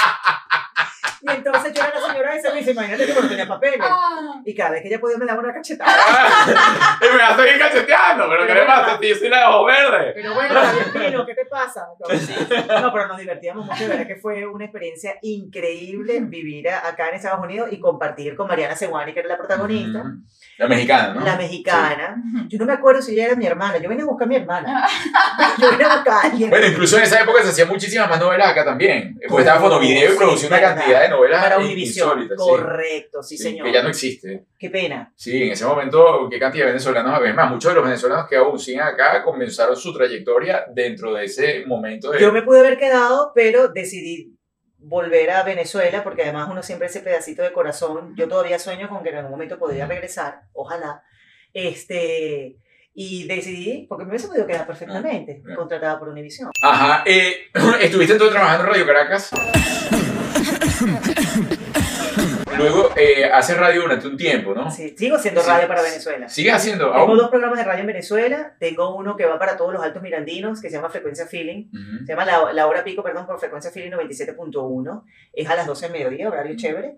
Y entonces yo era la señora de servicio, imagínate que no tenía papeles. Ah. Y cada vez que ella podía me daba una cachetada. <laughs> y me va a seguir cacheteando, pero ¿qué le pasa? Yo soy la de ojos verdes. Pero bueno, Gabriel Pino, ¿qué te pasa? No, sí. No, pero nos divertíamos mucho, de verdad que fue una experiencia increíble vivir a- acá en Estados Unidos y compartir con Mariana Seguani, que era la protagonista. Ujú. La mexicana, ¿no? la mexicana. Yo no me acuerdo si ella era mi hermana. Yo vine a buscar a mi hermana. Yo vine a buscar a alguien. Bueno, incluso en esa época se hacían muchísimas más novelas acá también. Porque estaba Fonovideo y Sí, producía una verdad. cantidad de novelas para in- Univisión. insólitas, sí. Correcto, sí, Sí, señor. Que ya no existe. Qué pena. Sí, en ese momento, ¿qué cantidad de venezolanos había? Es más, muchos de los venezolanos que aún siguen acá comenzaron su trayectoria dentro de ese momento de... Yo me pude haber quedado, pero decidí volver a Venezuela porque además uno siempre ese pedacito de corazón. Yo todavía sueño con que en algún momento podría regresar, ojalá. Este y decidí porque me hubiese podido quedar perfectamente Claro. contratada por Univisión. Ajá. eh, <clears throat> <laughs> estuviste entonces trabajando en Radio Caracas. Luego eh, haces radio durante un tiempo, ¿no? Sí, sigo haciendo Sí. radio para Venezuela. Sigues haciendo Tengo aún. dos programas de radio en Venezuela. Tengo uno que va para todos los altos mirandinos, que se llama Frecuencia Feeling. Ujú. Se llama La, La Hora Pico, perdón, por Frecuencia Feeling 97.1. Es a las 12 del mediodía, horario chévere.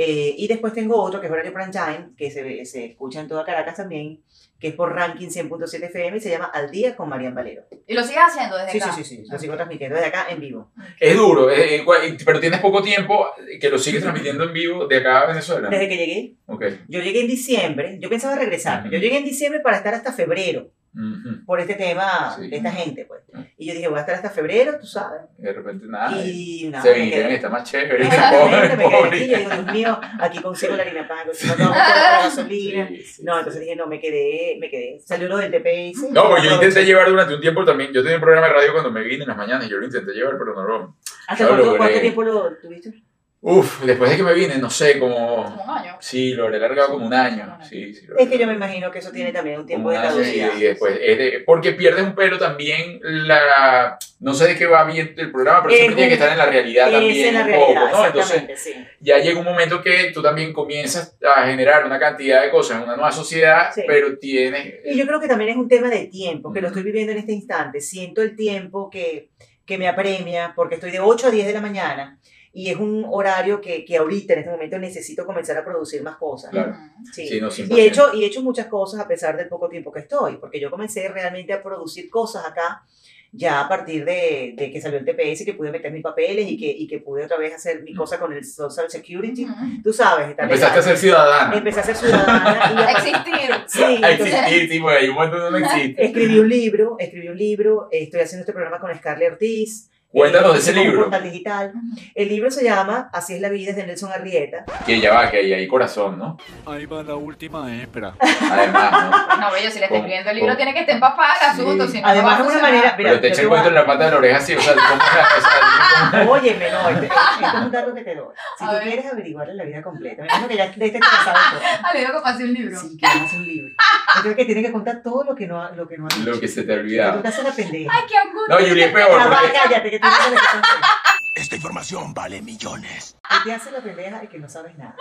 Eh, y después tengo otro que es horario prime time, que se, se escucha en toda Caracas también, que es por ranking 100.7 FM y se llama Al Día con Marian Valero. ¿Y lo sigues haciendo desde Sí, acá? sí, sí, sí, lo sigo transmitiendo desde acá en vivo. Es duro, es- es igual, y- pero tienes poco tiempo que lo sigues transmitiendo en vivo de acá a Venezuela. Desde que llegué, Ok. yo llegué en diciembre, yo pensaba regresar, Ujú. yo llegué en diciembre para estar hasta febrero Ujú. por este tema Sí. de esta gente, pues. Ah. Y yo dije, voy a estar hasta febrero, tú sabes. De repente nada. Y nada, se me vinieron, quedé. está más chévere. Exactamente, me quedé pobre, aquí, yo digo, Dios mío, aquí consigo la harina <laughs> pan, consigo todo, la gasolina. Sí, sí, No, sí. entonces dije, no, me quedé, me quedé. Salió lo del TPS. No, pues yo intenté llevar durante un tiempo también. Yo tenía un programa de radio cuando me vine en las mañanas y yo lo intenté llevar, pero no lo. ¿Hasta Yo lo cuánto, cuánto logré. tiempo lo tuviste? Uf, después de que me vine, no sé, como. Como un año. Sí, lo habré largado como un año. Sí, sí, lo habré Es que yo me largado imagino que eso tiene también un como tiempo un de año caducidad. Ah, y- y después, es de- porque pierdes un pelo también la no sé de qué va bien el programa pero Es siempre tiene que un- estar en la realidad Es también en la un realidad, poco ¿no? entonces exactamente, sí. ya llega un momento que tú también comienzas a generar una cantidad de cosas en una nueva sociedad, Sí. pero tienes... Y yo creo que también es un tema de tiempo, que lo Ujú. estoy viviendo en este instante. Siento el tiempo que, que me apremia, porque estoy de 8 a 10 de la mañana y es un horario que, que ahorita, en este momento, necesito comenzar a producir más cosas. Claro. Ujú. Sí. Sí, no, 100%. Y he, hecho, y he hecho muchas cosas a pesar del poco tiempo que estoy, porque yo comencé realmente a producir cosas acá ya a partir de, de que salió el TPS y que pude meter mis papeles y que, y que pude otra vez hacer mi cosa con el Social Security. Ujú. Tú sabes, también- Mm. Empezaste a ser ciudadana. Empecé a ser ciudadana. y a- Existir. <laughs> Sí, <laughs> A entonces- existir, tipo, hay un momento <laughs> donde no existe. Escribí un libro, escribí un libro, eh, estoy haciendo este programa con Scarlett Ortiz. Cuéntanos de Eh, ese hicimos un libro. portal digital. El libro se llama Así es la vida, es de Nelson Arrieta. Que ya va, que ahí hay corazón, ¿no? Ahí va la última eh, espera. Además, ¿no? No, bello, si le está Con- escribiendo el libro, con- tiene que estar empapado el Sí. asunto. si no, no va a Oh, Además, es una funcionar. manera. <laughs> mira, Pero te yo echa te el voy a- cuento en la pata de la oreja así, o sea, ¿cómo era? O sea, Óyeme, no, este, este es un dato que te doy. Si A tú ver. quieres averiguar la vida completa, me imagino que ya de este te lo sabes <laughs> todo. Ah, le digo que pase un libro. Sí, que hagas un libro. Yo creo que tiene que contar todo lo que no ha, lo que no ha yo- dicho. <laughs> lo que se te Pero Tú <laughs> olvidaba. te haces la pendeja. Ay, qué angustia. No, Yuri, es peor, Ya va, porque cállate, que tú no sabes lo que estás haciendo. Esta información vale millones. Y te haces la pendeja y que no sabes nada.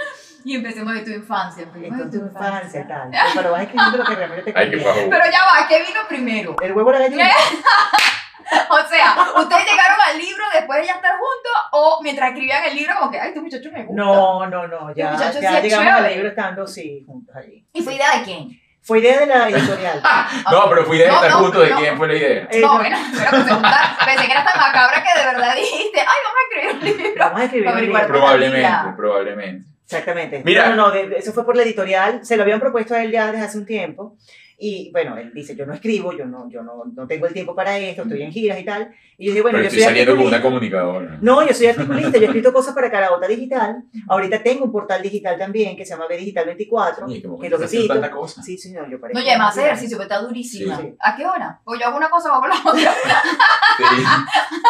Y empecemos de tu infancia. Empecemos de Entonces, tu tu infancia y infancia. tal. Pero vas escribiendo lo que realmente te Ay, qué conviene. pajo. Pero ya va, ¿qué vino primero? <laughs> El huevo o la gallina. O sea, ¿ustedes llegaron al libro después de ya estar juntos o mientras escribían el libro como que, ay, estos muchachos me gustan? No, no, no, ya, muchachos sí ya es llegamos chévere. al libro estando sí, juntos ahí. ¿Y fue idea de quién? Fue idea de la editorial. No, pero fui de <laughs> No, estar no, juntos de no. quién fue la idea. Eh, No, bueno, <laughs> era que se juntaron. Pensé que era tan macabra que de verdad dijiste, ay, vamos a escribir un libro. Vamos a escribir. un Averiguar. libro. Probablemente, probablemente. Exactamente. Mira. No, no, no, de- eso fue por la editorial. Se lo habían propuesto a él ya desde hace un tiempo. Y bueno, él dice, yo no escribo, yo no, yo no, no tengo el tiempo para esto, estoy en giras y tal. Y yo dije, bueno, Pero yo estoy soy saliendo como una articulista. comunicadora. No, yo <laughs> soy articulista, yo he escrito cosas para Carabota Digital. Ahorita tengo un portal digital también que se llama Digital 24. Oye, como que que lo estás haciendo repito. tanta cosa. Sí, sí, no, yo No, parezco. ya además hacer ejercicio, pero está durísima. Sí. ¿A qué hora? Pues yo hago una cosa, hago la <laughs> otra. Sí.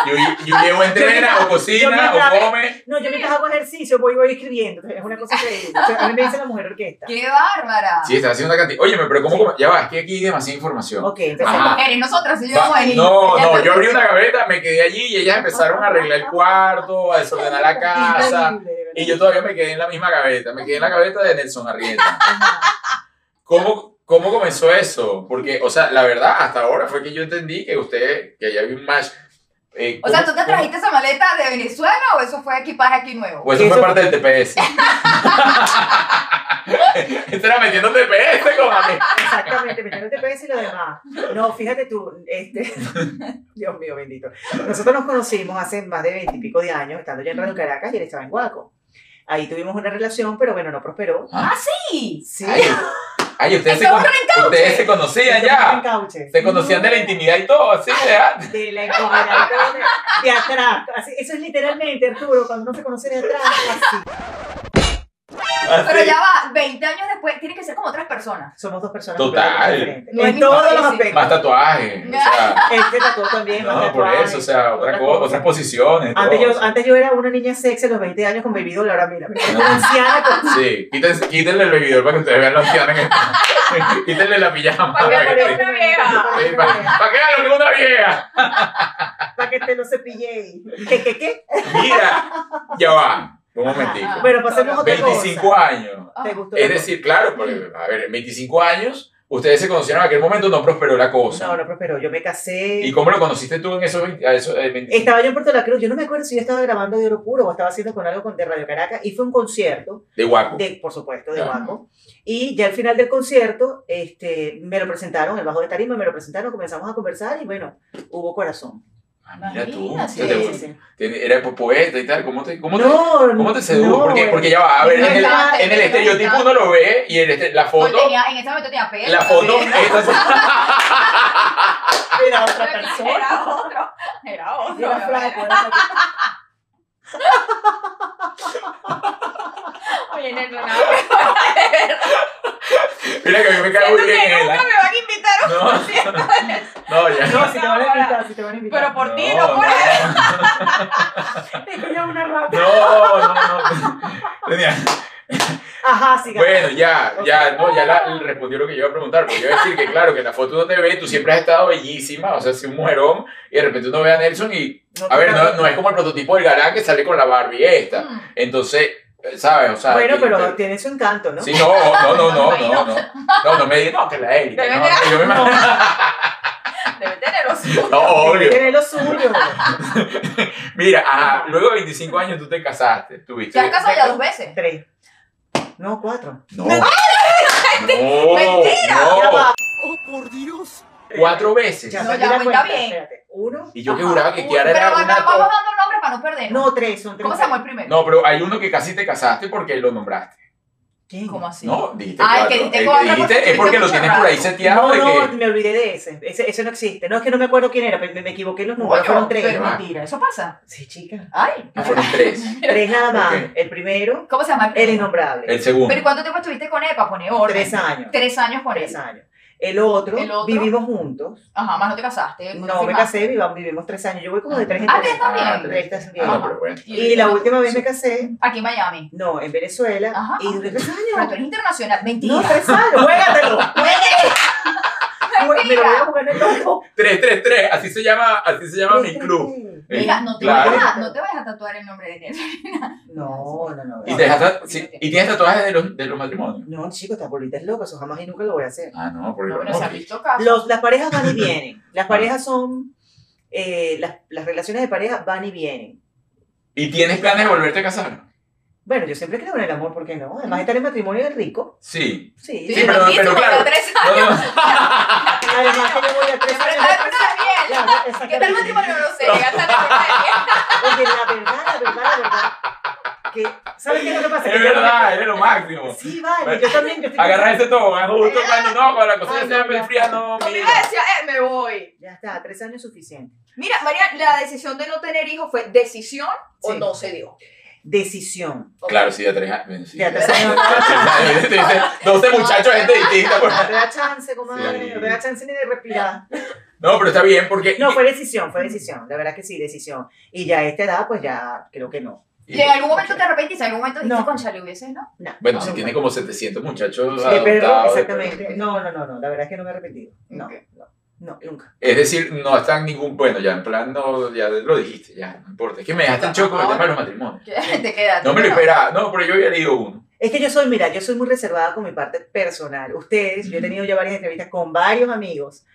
Yo, yo llego entrena, o cocina, Yo me- o come. No, yo mientras hago ejercicio voy, voy escribiendo. Es una cosa que o sea, a mí me dice la mujer orquesta. ¡Qué bárbara! Sí, estás haciendo una cantidad. Oye, pero ¿cómo? Sí. come? Ya va, es que aquí hay demasiada información. Ok, Esas empezamos. Ajá. mujeres, nosotras, si yo Va, mujer. no, no, yo abrí una gaveta, me quedé allí y ellas empezaron a arreglar el cuarto, a desordenar <laughs> la casa. Increíble, de verdad. Y yo todavía me quedé en la misma gaveta, me quedé en la gaveta de Nelson Arrieta. Ajá. ¿Cómo, ¿Cómo comenzó eso? Porque, o sea, la verdad, hasta ahora fue que yo entendí que usted, que ya había un match. eh, O sea, ¿tú ¿cómo- te trajiste esa maleta de Venezuela o eso fue equipaje aquí nuevo? O eso fue Eso- parte del TPS. <laughs> Este era metiendo TPS con a mí. Exactamente, me no te pegues y lo demás. No, fíjate tú, este, <laughs> Dios mío, bendito. Nosotros nos conocimos hace más de veintipico de años, estando yo en Radio Caracas y él estaba en Guaco. Ahí tuvimos una relación, pero bueno, no prosperó. Sí. Sí. Ay, ay, ustedes, se, Eso es con- ustedes se conocían ya. Encauches. Se conocían de la intimidad y todo, así de ah, antes. De la incomodidad de atrás. Así, eso es literalmente, Arturo, cuando no se conoce de atrás, así. ah, Pero ya va, 20 años después, tiene que ser como otras personas. Somos dos personas Total. completamente diferentes. No es en mi todos país, los sí. aspectos. Más tatuajes. O sea, Este tatuó también. más no, por tatuaje, eso, o sea, otra cosa, otras posiciones. Antes todo. yo, antes yo era una niña sexy a los 20 años con baby doll, ahora mira, me siento una <laughs> anciana con... Sí, quítense- quítenle el bebidor para que ustedes vean lo que andan en- <laughs> Quítenle la pijama. Para Para que, que parezca una vieja. sí, para- para que hagan lo que una vieja. Para que te lo cepilléis. ¿Qué, qué, qué? Mira, ya va. Un Ajá. momentico. Bueno, pasemos a otra cosa. 25 años. Ah, ¿Te gustó la Es decir, claro, porque, a ver, en 25 años, ustedes se conocieron en aquel momento, no prosperó la cosa? cosa. No, no, prosperó. Yo me casé. ¿Y cómo lo conociste tú en esos 20 a esos, eh, 25? Estaba yo en Puerto de la Cruz, yo no me acuerdo si yo estaba grabando de Oro Puro o estaba haciendo con algo con, de Radio Caracas y fue un concierto, De guaco. de, por supuesto, de Ajá. Guaco. Y ya al final del concierto este, me lo presentaron, el bajo de tarima me lo presentaron, comenzamos a conversar y bueno, hubo corazón. Ah, mira tú. Imagínate. se te- Sí, sí. te- Era poeta y tal. ¿Cómo te, cómo te- no, ¿Cómo te sedujo? no, porque, eh, porque ya va, a ver, no en el, estaba- en el no estereotipo estaba- uno lo ve y en este- la foto, tenía, en ese momento tenía pelo. la foto, esta- <laughs> Era otra Era persona. otro. <laughs> Era otro. Era flaco, era flaco. <laughs> Oye, Nelson, nada, de verdad. <laughs> mira que a mí me cae Siento muy bien él. que nunca ¿ah? me van a invitar a un No. concierto de eso. No, <laughs> ya. No, si te van a invitar, si te van <laughs> a invitar. Pero por ti, no por él. Es que ya una rata. No, no, no. <laughs> Tenía- Ajá, siga. Bueno, ya, ya, Ok. no, ya la- respondió lo que yo iba a preguntar. Porque yo iba a decir que, claro, que en la foto uno te ve, tú siempre has estado bellísima, o sea, si un mujerón, y de repente uno ve a Nelson y, a ver, no, no es como el prototipo del galán que sale con la Barbie esta. Mm. Entonces, eh, ¿sabes? O sea, Bueno, que- pero tiene su encanto, ¿no? Sí, no, no, no, no, Ahí no, no. No, no me digas, no, que la Erika. Pero No, mira. yo me imagino. Debe tener oso. No, obvio. Tiene <laughs> lo suyo. Mira, ajá, luego de 25 años tú te casaste, tuviste. ¿Te has casado ya dos veces? Tres. No, cuatro. No. No, Mentira. Ya no. va. ¡Oh, por Dios! Cuatro veces. Ya, No, perdí ya la cuenta cuenta, bien. espérate. Uno. Y yo que Ajá. juraba que Uy, Kiara pero era va- una. vamos to- dando nombres para no perder. No, tres, son tres. ¿Cómo se llamó el primero? No, pero hay uno que casi te casaste porque lo nombraste. ¿Quién? ¿Cómo así? No, dijiste Ah, el cuatro. que dijiste El cuatro dijiste porque es porque lo tuviste tienes por ahí mucho seteado No, de no, que. me olvidé de ese. ese. Ese no existe. No, es que no me acuerdo quién era, pero me, me equivoqué en los Coño, números. Fueron tres. pero Ya va. mentira, eso pasa. Sí, chica. Ay. No ah, fueron tres. Tres nada más. Ok. El primero, ¿Cómo se llama el el primero? innombrable. El segundo. ¿Pero ¿y cuánto tiempo estuviste con él para poner orden? Tres años. Tres años con Tres él. años. El otro, El otro. Eh, vivimos juntos. Ajá, más no te casaste. No, me confirmaste. casé, vivamos- vivimos tres años. Yo voy como de tres en Ah, tres. está bien. tres, tres, Ah, bien. no, pero bueno. Y la última vez me casé, Aquí en Miami. no, en Venezuela, Ajá. y duré tres años. Pero tú eres internacional. No, Mentira. tres años, juégatelo. Puede. Jue- Me lo voy a jugar en el Este loco. 333, así se llama, así se llama mi club. Eh, Mira, no te, claro. vayas, a- no te vayas a tatuar el nombre de Nelson. No, no, no. Y, te dejaste- sí, y tienes tatuajes de los, de los matrimonios. No, chico, esta bolita es loca, eso jamás y nunca lo voy a hacer. Ah, no, porque No, pero no, se han visto casos. Los, las parejas van y vienen. Las parejas son. eh, las, las relaciones de pareja van y vienen. ¿Y tienes planes de volverte a casar? Bueno, yo siempre creo en el amor, ¿por qué no? Además, estar en matrimonio es rico. <laughs> Sí. Sí. Sí, pero- loquísimo, pero claro. Tres No, años. no, Además, que yo voy a tres Siempre años. está <laughs> de Claro, bien. ¿Qué tal exactamente. matrimonio? No lo sé. Ya está la Porque la verdad, la verdad, la verdad. Que, ¿Sabes qué es lo que pasa? es verdad, eres lo máximo. Sí, vale, yo también. Yo estoy Agarra este tobogán justo cuando no, cuando la Ay, cosa no, se ya. me fría, no, Conmigo mira. decía, eh, me voy. Ya está, tres años es suficiente. Mira, María, la decisión de no tener hijos fue decisión o Sí. no se dio. Decisión. Claro, sí, ya tres años. Sí. Ya <laughs> tres años. Te dice, 12 muchachos, gente distinta. pues. No te da chance, comadre. Sí. No te da chance ni de respirar. No, pero está bien porque. No, pues, fue decisión, fue decisión. La verdad que sí, decisión. Y ya a esta edad, pues ya creo que no. Y en algún momento te arrepentiste, en algún momento dijiste, No. concha, le hubieses, ¿no? <laughs> No. Bueno, No, si no. tiene como 700 muchachos. De perro, adoptados, de perro. exactamente. No, no, no, no. La verdad es que no me he arrepentido. No, Ok. no, no, nunca. Es decir, no está en ningún. Bueno, ya en plan, no, ya lo dijiste, ya, no importa. Es que me dejaste en choco con el tema de los matrimonios. Que te quedas. No me lo esperaba, no, pero yo había leído uno. Es que yo soy, mira, yo soy muy reservada con mi parte personal. Ustedes, yo he tenido ya varias entrevistas con varios amigos,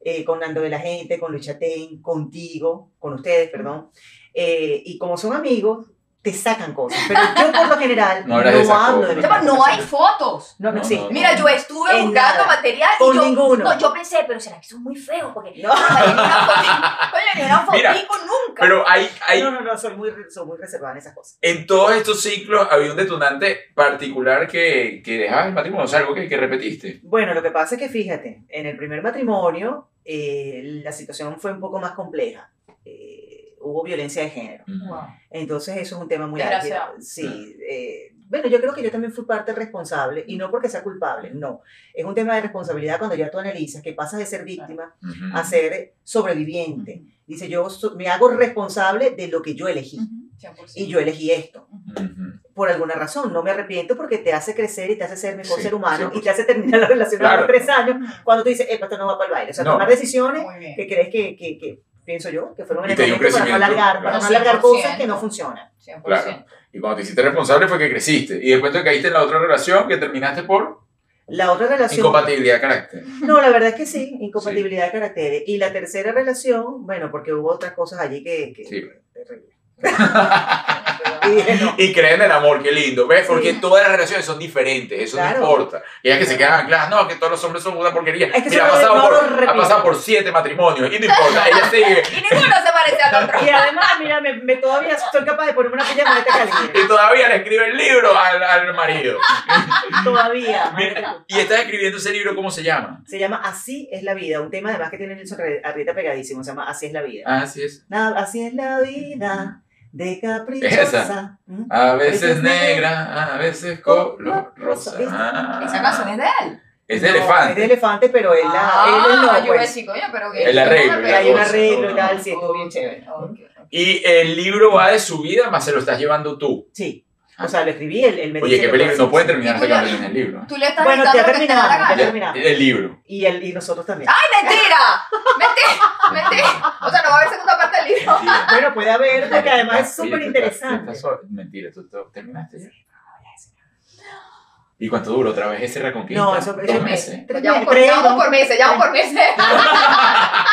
eh, con Nando de la Gente, con Luis Chatén, contigo, con ustedes, perdón. Eh, y como son amigos, te sacan cosas. Pero yo por lo general <laughs> No no, hablas de esas hablo de cosas. mi Chama, parte No hay personal. fotos. No, no No, existe. no, Mira, yo estuve En buscando nada. material y Con yo, ninguno. no, yo pensé, pero será que son muy feos porque <laughs> No. no hay ni una fotico, oye, ni una Mira, fotico nunca. Pero hay, hay, No, no, no, soy muy, re- soy muy reservada en esas cosas. en todos estos ciclos había un detonante particular que, que dejabas el matrimonio, o sea, algo que, que repetiste. Bueno, lo que pasa es que fíjate, en el primer matrimonio eh, la situación fue un poco más compleja. Eh, hubo violencia de género. Wow. Entonces eso es un tema muy Desgraciado. Mm. álgido. Sí. eh, bueno, yo creo que yo también fui parte responsable Mm. y no porque sea culpable, no. Es un tema de responsabilidad cuando ya tú analizas que pasas de ser víctima Ujú. a ser Mm. sobreviviente. Dice, yo so- me hago responsable de lo que yo elegí Mm. Ujú, 100%. y yo elegí esto. Ujú. Por alguna razón, no me arrepiento porque te hace crecer y te hace ser mejor Sí, ser humano y 100%. te hace terminar la relación a Claro. los tres años cuando tú dices, epa, esto no va para el baile. O sea, No. tomar decisiones Muy bien. que crees que, que, que, pienso yo, que fueron Y te dio un elementos para no crecimiento, alargar, para claro. no alargar cosas 100%. que no funcionan. 100%. Claro. Y cuando te hiciste responsable fue que creciste. Y después te caíste en la otra relación que terminaste por La otra relación... incompatibilidad de carácter. No, la verdad es que sí, incompatibilidad de caracteres. Y la tercera relación, bueno, porque hubo otras cosas allí que... que Sí. terrible. y dije, no. Y creen en el amor, qué lindo, ¿ves? Porque Sí. todas las relaciones son diferentes, eso Claro. no importa. Y es que se quedan ancladas, no, que todos los hombres son una porquería. Es que Mira, se ha lo- pasado, no lo por, ha repito. pasado por siete matrimonios, y no importa, ella sigue. Y ninguno se parece al otro. <laughs> Y además, mira, me, me- todavía soy capaz de ponerme una este pijameta caliente. Y todavía le escribe el libro al, al marido. Todavía. Mira, y estás escribiendo ese libro, ¿cómo se llama? Se llama Así es la vida, un tema además que tiene Nelson Arre- Arrieta pegadísimo, se llama Así es la vida. Ah, Así es. Na- Así es la vida de caprichosa. Esa. Ah, ¿Mm? A Esa veces es negra, a veces color rosa. ¿Viste? ¿eh? Ah. Esa canción es de Es él. de No, Es de elefante. elefante, pero él, la, ah, él no, yo iba a pues. decir, coño, pero El arreglo, pero- la Hay un cosa, arreglo no, y no. tal, sí, estuvo bien chévere. Ah, Ok. Y el libro va de su vida, más se lo estás llevando tú. Sí. O sea, lo escribí, él, él me Oye, dice qué lo peligro. que No hace. puede terminar este Oye, capítulo en el libro. Tú le estás Bueno, te dictando ha lo que te da la terminado, gana. te ha Ah, terminado. El <laughs> libro. Y, él, y nosotros también. ¡Ay, mentira! ¡Mentira! ¡Mentira! O sea, no va a haber segunda parte del libro. Mentira. Bueno, puede haber, porque además Oye, es tú súper estás- interesante. tú estás so- Mentira, tú tú terminaste ya. ¿Y cuánto duró otra vez ese reconquista? No, eso Dos eso- meses. tres Ya vamos por, tres- ya vamos por meses, ya vamos por meses. <laughs> Nosotros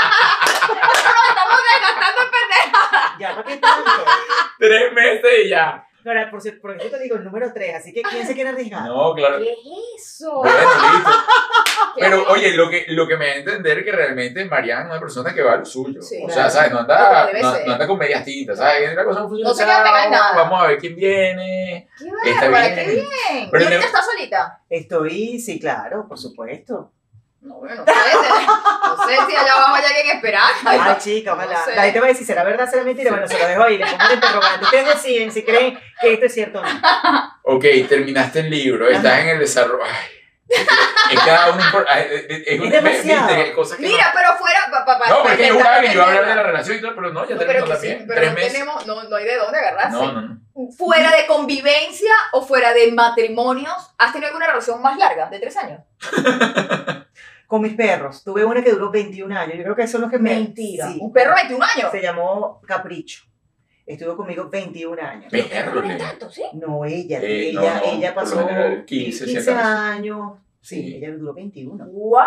nos estamos desgastando en pendeja. Ya, ¿para qué tanto? Tres meses y ya. Ahora, por, cier- por eso te digo el número 3, así que ¿quién se quiere arriesgar? No, claro. ¿Qué es eso? <laughs> Bueno, listo. Pero oye, lo que, lo que me da a entender es que realmente Mariana es una persona que va a lo suyo. Sí, o sea, claro. ¿sabes? No Como anda, debe no, ser. no anda con medias tintas, ¿sabes? La cosa no funciona. No se queda pegada en chao, nada. Vamos a ver quién viene. ¡Qué Está bárbara, qué bien. bien! Pero ¿Y ahorita no- estás solita? Estoy, sí, claro, por supuesto. No, bueno, no sé. No sé si allá abajo hay alguien esperando. Ay, chica, ojalá. no sé. La gente va a decir, ¿será verdad, será mentira? Bueno, se lo dejo ahí, le pongo un interrogante. Ustedes deciden si creen que esto es cierto o no. Ok, terminaste el libro, estás en el desarrollo. Ay, es cada uno. impor- ay, Es, es- es- Es demasiado. viste, hay cosas que no- Mira, pero fuera. Pa, pa, pa- No, porque para yo juraba que yo iba a hablar de inventar la pendeja. relación y todo, pero no, ya No, pero terminó que sí, también. pero Tres no meses. tenemos, no, no hay de dónde agarrarse. no, no, no. Fuera de convivencia o fuera de matrimonios, ¿has tenido alguna relación más larga, de tres años? Con mis perros. Tuve una que duró 21 años. Yo creo que eso es lo que me... Sí. Un perro de 21 años. Se llamó Capricho. Estuvo conmigo 21 años. Perro, No es le- tanto, ¿sí? No, ella, Eh, no, ella, no, ella por lo pasó general, 15, si 15 acaso. años. Sí, Sí. ella duró 21. ¡Wow!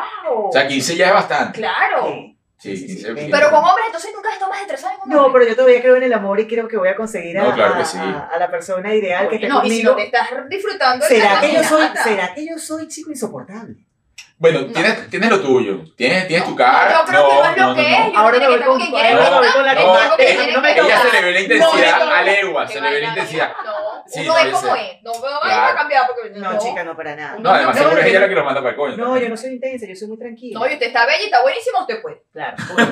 O sea, 15 ya es bastante. Claro. Sí. Sí, Sí, sí, 15 sí. bien. Pero con hombres, entonces nunca has estado más de tres años con No, hombres? pero yo todavía creo en el amor y creo que voy a conseguir a, No, claro que a- sí. a- a la persona ideal que esté No, y si conmigo. no te estás disfrutando el ¿Será trato que, yo ni soy, nada. ¿Será que yo soy chico insoportable? Bueno, No. tienes, tienes lo tuyo. Tienes, tienes tu No, cara. Yo creo no, que no es no, lo no, que no. es. Yo Ahora creo me que voy con me también quiere ahora contar. voy con la El que No, tiempo que eh, tiene no me que Ella contar. se le ve la No, intensidad no, a legua, Qué se le ve la vaina, intensidad. No, Sí, uno no es le como sé. es. No, no vayas Claro. a cambiar porque No, chica, no, para nada. No, además no, seguro no, es ella yo- la que lo manda para el coño. No, yo no soy intensa, yo soy muy tranquila. No, y usted está bella y está buenísimo, usted puede. Claro. <laughs> pues,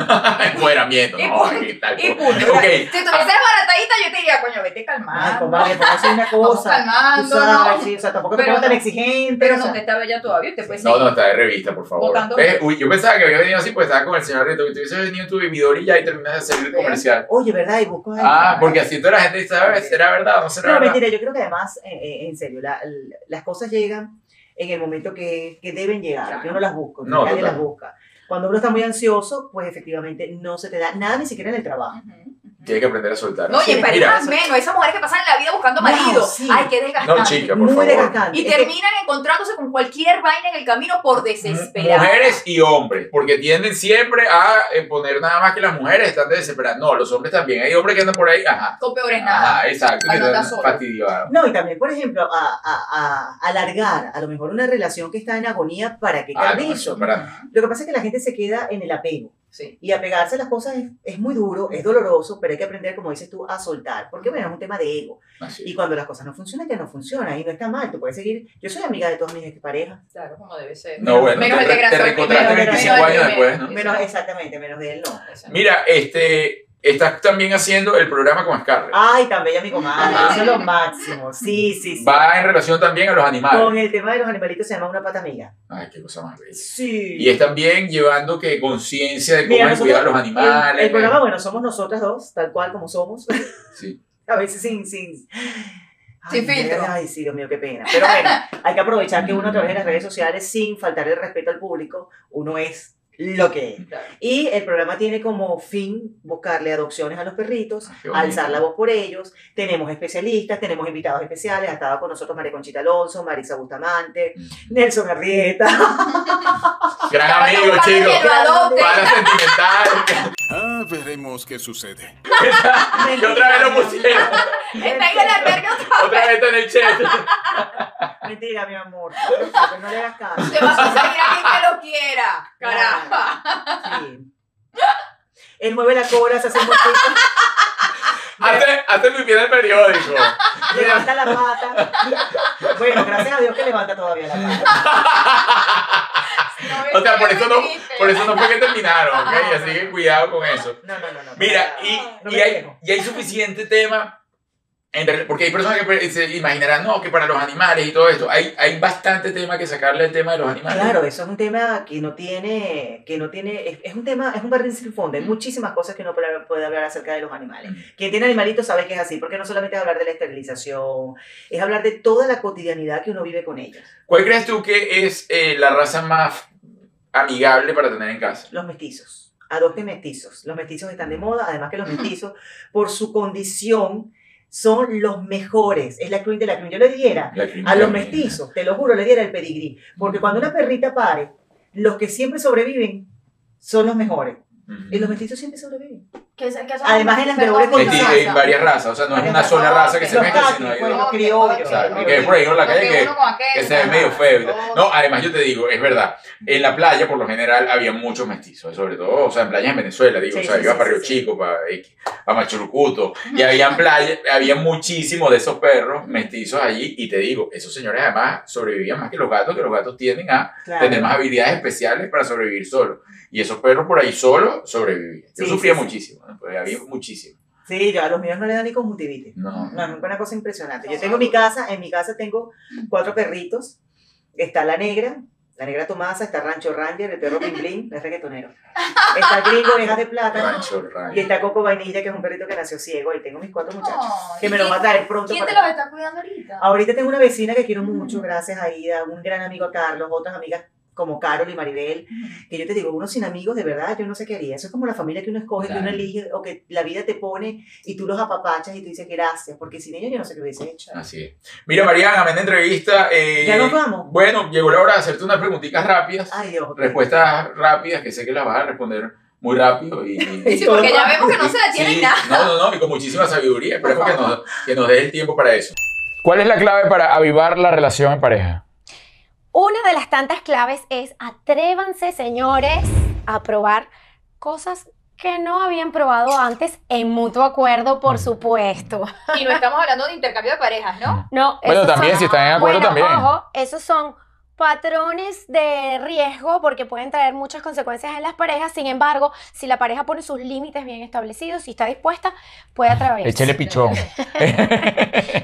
Empoderamiento, Y no, punto, qué tal. Y cosa. punto. Ok, Si tú Ah. me eres baratadita, yo te diría, coño, vete Ay, calmando. comadre, por pues, eso es una Vamos Ah, cosa. Tú calmando, sabes, no. sí, o sea, tampoco te Pero pongo tan no. exigente. Pero o no, sea. usted está bella todavía, usted puede No, seguir. no, está de revista, por favor. Votando. ¿Ves? Uy, yo pensaba que había venido así, pues estaba con el señor Rito, que tú hubieses venido en tu bebidor y ya y terminas de hacer el ¿Ves? comercial. Oye, ¿verdad? Y busco algo. Ah, porque así toda la gente dice, a ver, ¿será verdad o no será No, verdad? mentira, yo creo que además, eh, eh, en serio, la- la- las cosas llegan en el momento que, que deben llegar. Claro. Yo no las busco, No, nadie total. las busca. Cuando uno está muy ansioso, pues efectivamente no se te da nada, ni siquiera en el trabajo. Ujú, ujú. Tienes que aprender a soltar. No, y en Mira, parejas menos, esas mujeres que pasan la vida buscando Wow, marido. sí. Ay, qué desgastante. No, chica, por Muy favor. desgastante. Y Es que- terminan encontrándose con cualquier vaina en el camino por desesperar. Mujeres y hombres, porque tienden siempre a eh, poner nada más que las mujeres están desesperadas. No, los hombres también. Hay hombres que andan por ahí, ajá. Con peores Pues nada. Ajá, exacto. Ay, Que no, están está solo. fastidiados. No, y también, por ejemplo, a, a- a alargar a lo mejor una relación que está en agonía para que Ah, no, carrizo. eso, para- Lo que pasa es que la gente se queda en el apego. Sí. Y apegarse a las cosas es, es muy duro, es doloroso, pero hay que aprender, como dices tú, a soltar. Porque, bueno, es un tema de ego. así. Y cuando las cosas no funcionan, ya no funcionan. Y no está mal, tú puedes seguir. Yo soy amiga de todas mis exparejas. Claro, como debe ser. No, bueno, Menos te, el de re- Grasso, te el recontraste primero, 25 el años primero. después, ¿no? Menos, Exacto. exactamente, menos de él, no. Mira, este, estás también haciendo el programa con Scarlett. Ay, tan bella mi comadre. Ajá. Eso es lo máximo. Sí, Ah, sí, sí. Va en relación también a los animales. Con el tema de los animalitos se llama una pata amiga. Ay, qué cosa más bella. Sí. Y es también llevando que conciencia de cómo Mira, hay que nosotros- cuidar a los animales. pues. El, el programa, bueno, somos nosotras dos, tal cual como somos. Sí. A veces sin, sin. Ay, Sin filtro. Ay, sí, Dios mío, qué pena. <laughs> Pero bueno, hay que aprovechar que uno a través de las redes sociales, sin faltar el respeto al público, uno es lo que es. Claro. Y el programa tiene como fin buscarle adopciones a los perritos, Ah, qué bonito. alzar la voz por ellos. Tenemos especialistas, tenemos invitados especiales. Ha estado con nosotros María Conchita Alonso, Marisa Bustamante, Mm. Nelson <laughs> Arrieta. Gran Ahora amigo, buscando que chicos. lo adopte. Para <laughs> sentimental. Ah, veremos qué sucede. que otra vez lo pusieron. Está en el albergue otra Otra vez está en el chat. <laughs> Mentira, mi amor. No, le hagas caso. Te vas a conseguir a alguien que lo quiera. Caramba. Sí. Él mueve la cola, se hace un poquito, Hazte, hazte pipí en el <laughs> periódico. levanta la pata. Bueno, gracias a Dios que levanta todavía la pata. No, O sea, estoy por eso no, muy triste. por eso no fue que terminaron, ¿ok? Así que cuidado con eso. No, no, no, no. Mira, no, y, Ah, no y me hay, quejo. y hay suficiente tema, en re- porque hay personas que pe- se imaginarán, no, que para los animales y todo esto, hay, hay bastante tema que sacarle al tema de los animales. Claro, eso es un tema que no tiene, que no tiene, es, es un tema, es un barril sin fondo, hay muchísimas cosas que uno puede, puede hablar acerca de los animales. Quien tiene animalitos sabe que es así, porque no solamente es hablar de la esterilización, es hablar de toda la cotidianidad que uno vive con ellos, ¿Cuál crees tú que es eh, la raza más amigable para tener en casa? los mestizos. Adopten mestizos. Los mestizos están de moda, además que los mestizos, por su condición, son los mejores. Es la cruz de la cruz. Yo le diera La A crinita. los mestizos, te lo juro, le diera el pedigrí. Porque cuando una perrita pare, los que siempre sobreviven son los mejores. Ujú. Y los mestizos siempre sobreviven. Que se- que son- Además, en las mejores perdón, Mesti- razas. hay varias razas, o sea, no es Varias una razas. sola raza que Ok. se Los mezcla, cactus, sino hay pues, dos. los criollos. Exacto, los que por ahí uno en la Lo calle que que uno con aquel, que se ve ¿no? medio feo. y tal. Ok. No, además yo te digo, es verdad, en la playa por lo general había muchos mestizos, sobre todo, o sea, en playas en Venezuela, digo, Sí, o sea, sí, iba sí, para sí, Río sí. Chico, para, para Machurucuto, y había playas, había muchísimos de esos perros mestizos allí, y te digo, esos señores además sobrevivían más que los gatos, que los gatos tienden a Claro. tener más habilidades especiales para sobrevivir solos, y esos perros por ahí solos sobrevivían. Yo Sí, sufría sí, sí. muchísimo, ¿no? Pues había muchísimo. Sí, yo a los míos no le dan ni conjuntivitis. No. No, es una cosa impresionante. Yo tengo mi casa, en mi casa tengo cuatro perritos. Está la negra, la negra Tomasa, está Rancho Ranger, <laughs> el perro Blin Blin, es reggaetonero. Está el gringo, orejas de plata. Rancho, rancho. Y está Coco Vainilla, que es un perrito que nació ciego. Y tengo mis cuatro muchachos. Ay, Que me lo ¿quién- va a traer pronto. ¿Quién para Ah, te los acá. está cuidando ahorita? Ahorita tengo una vecina que quiero mucho, gracias a Ida, un gran amigo a Carlos, otras amigas como Carol y Maribel, que yo te digo, uno sin amigos, de verdad, yo no sé qué haría. Eso es como la familia que uno escoge, que Claro. uno elige, o que la vida te pone y tú los apapachas y tú dices gracias, porque sin ellos yo no sé qué hubiese hecho. Así es. Mira, Mariana, amén de entrevista. eh, Ya nos vamos. Bueno, llegó la hora de hacerte unas preguntitas rápidas, Ay, Dios. ok. respuestas rápidas, que sé que las vas a responder muy rápido. Y, y- <laughs> Sí, porque ya vemos que no se y- detiene sí, nada. No, no, no, y con muchísima sabiduría. Esperemos que nos, que nos dé el tiempo para eso. ¿Cuál es la clave para avivar la relación en pareja? Una de las tantas claves es atrévanse, señores, a probar cosas que no habían probado antes en mutuo acuerdo, Mm. por supuesto. Y no estamos hablando de intercambio de parejas, ¿no? No, Bueno, esos también, son- si están en acuerdo, Bueno, también. Ojo, esos son patrones de riesgo porque pueden traer muchas consecuencias en las parejas. Sin embargo, si la pareja pone sus límites bien establecidos y está dispuesta, puede atravesar. Échale pichón.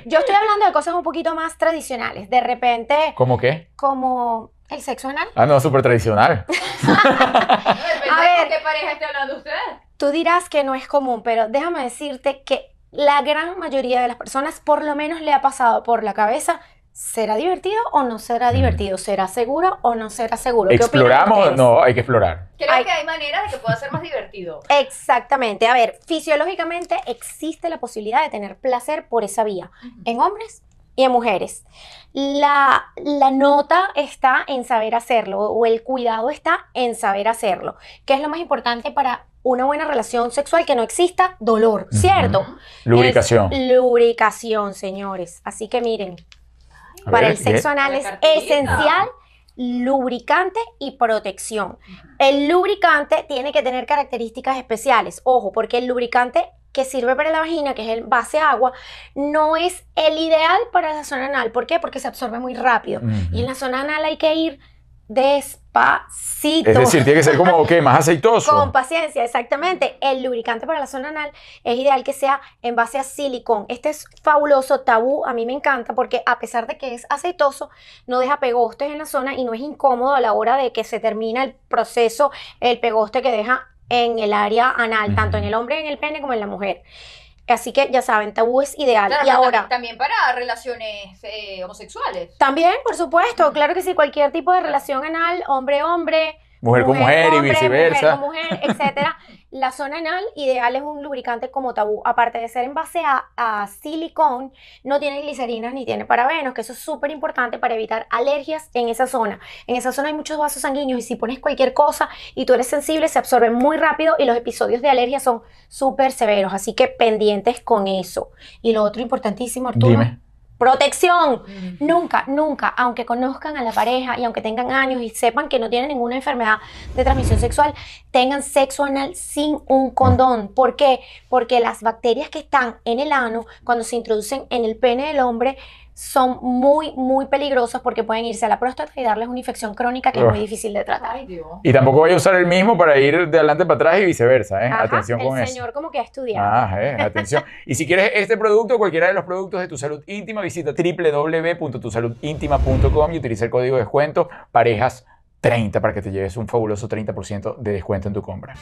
Yo estoy hablando de cosas un poquito más tradicionales. De repente, ¿Cómo qué? como el sexo anal. Ah, no, súper tradicional. No, Depende A de con ver. qué pareja esté hablando usted. Tú dirás que no es común, pero déjame decirte que la gran mayoría de las personas por lo menos le ha pasado por la cabeza, ¿será divertido o no será Mm. divertido? ¿Será seguro o no será seguro? ¿Qué opinan ¿Exploramos? ustedes? No, hay que explorar. Creo Ay. que hay manera de que pueda ser más divertido. Exactamente. A ver, fisiológicamente existe la posibilidad de tener placer por esa vía, en hombres y en mujeres. La, la nota está en saber hacerlo o el cuidado está en saber hacerlo, que es lo más importante para una buena relación sexual, que no exista dolor, Ujú. ¿cierto? Lubricación. Es lubricación, señores. Así que miren, A para ver, el sexo anal La es cartulina. esencial lubricante y protección. El lubricante tiene que tener características especiales. Ojo, porque el lubricante que sirve para la vagina, que es el base agua, no es el ideal para la zona anal. ¿Por qué? Porque se absorbe muy rápido. Ujú. Y en la zona anal hay que ir despacito. Es decir, tiene que ser como que más aceitoso. Con paciencia, exactamente. El lubricante para la zona anal es ideal que sea en base a silicón. Este es fabuloso, tabú, a mí me encanta porque a pesar de que es aceitoso, no deja pegostes en la zona y no es incómodo a la hora de que se termina el proceso, el pegoste que deja en el área anal, Ujú. tanto en el hombre, en el pene como en la mujer. Así que ya saben, tabú es ideal. Claro, y pero ahora... tam- También para relaciones eh, homosexuales. También, por supuesto, claro que sí, cualquier tipo de relación anal, hombre-hombre, Mujer con mujer, con y hombre, viceversa. Mujer con mujer, etcétera. La zona anal ideal es un lubricante como tabú. Aparte de ser en base a, a silicón, no tiene glicerinas ni tiene parabenos, que eso es súper importante para evitar alergias en esa zona. En esa zona hay muchos vasos sanguíneos y si pones cualquier cosa y tú eres sensible, se absorbe muy rápido y los episodios de alergia son súper severos. Así que pendientes con eso. Y lo otro importantísimo, Arturo. Dime. Protección. Nunca, nunca, aunque conozcan a la pareja y aunque tengan años y sepan que no tienen ninguna enfermedad de transmisión sexual, tengan sexo anal sin un condón. ¿Por qué? Porque las bacterias que están en el ano, cuando se introducen en el pene del hombre, son muy, muy peligrosas porque pueden irse a la próstata y darles una infección crónica que es Ugh. muy difícil de tratar. Ay, Dios. Y tampoco vaya a usar el mismo para ir de adelante para atrás y viceversa, ¿eh? Ajá, Atención con el eso. señor como que ha estudiado. Ah, eh, atención. Y si quieres este producto o cualquiera de los productos de tu salud íntima, visita www.tusaludintima.com y utiliza el código de descuento parejas30 para que te lleves un fabuloso 30% de descuento en tu compra.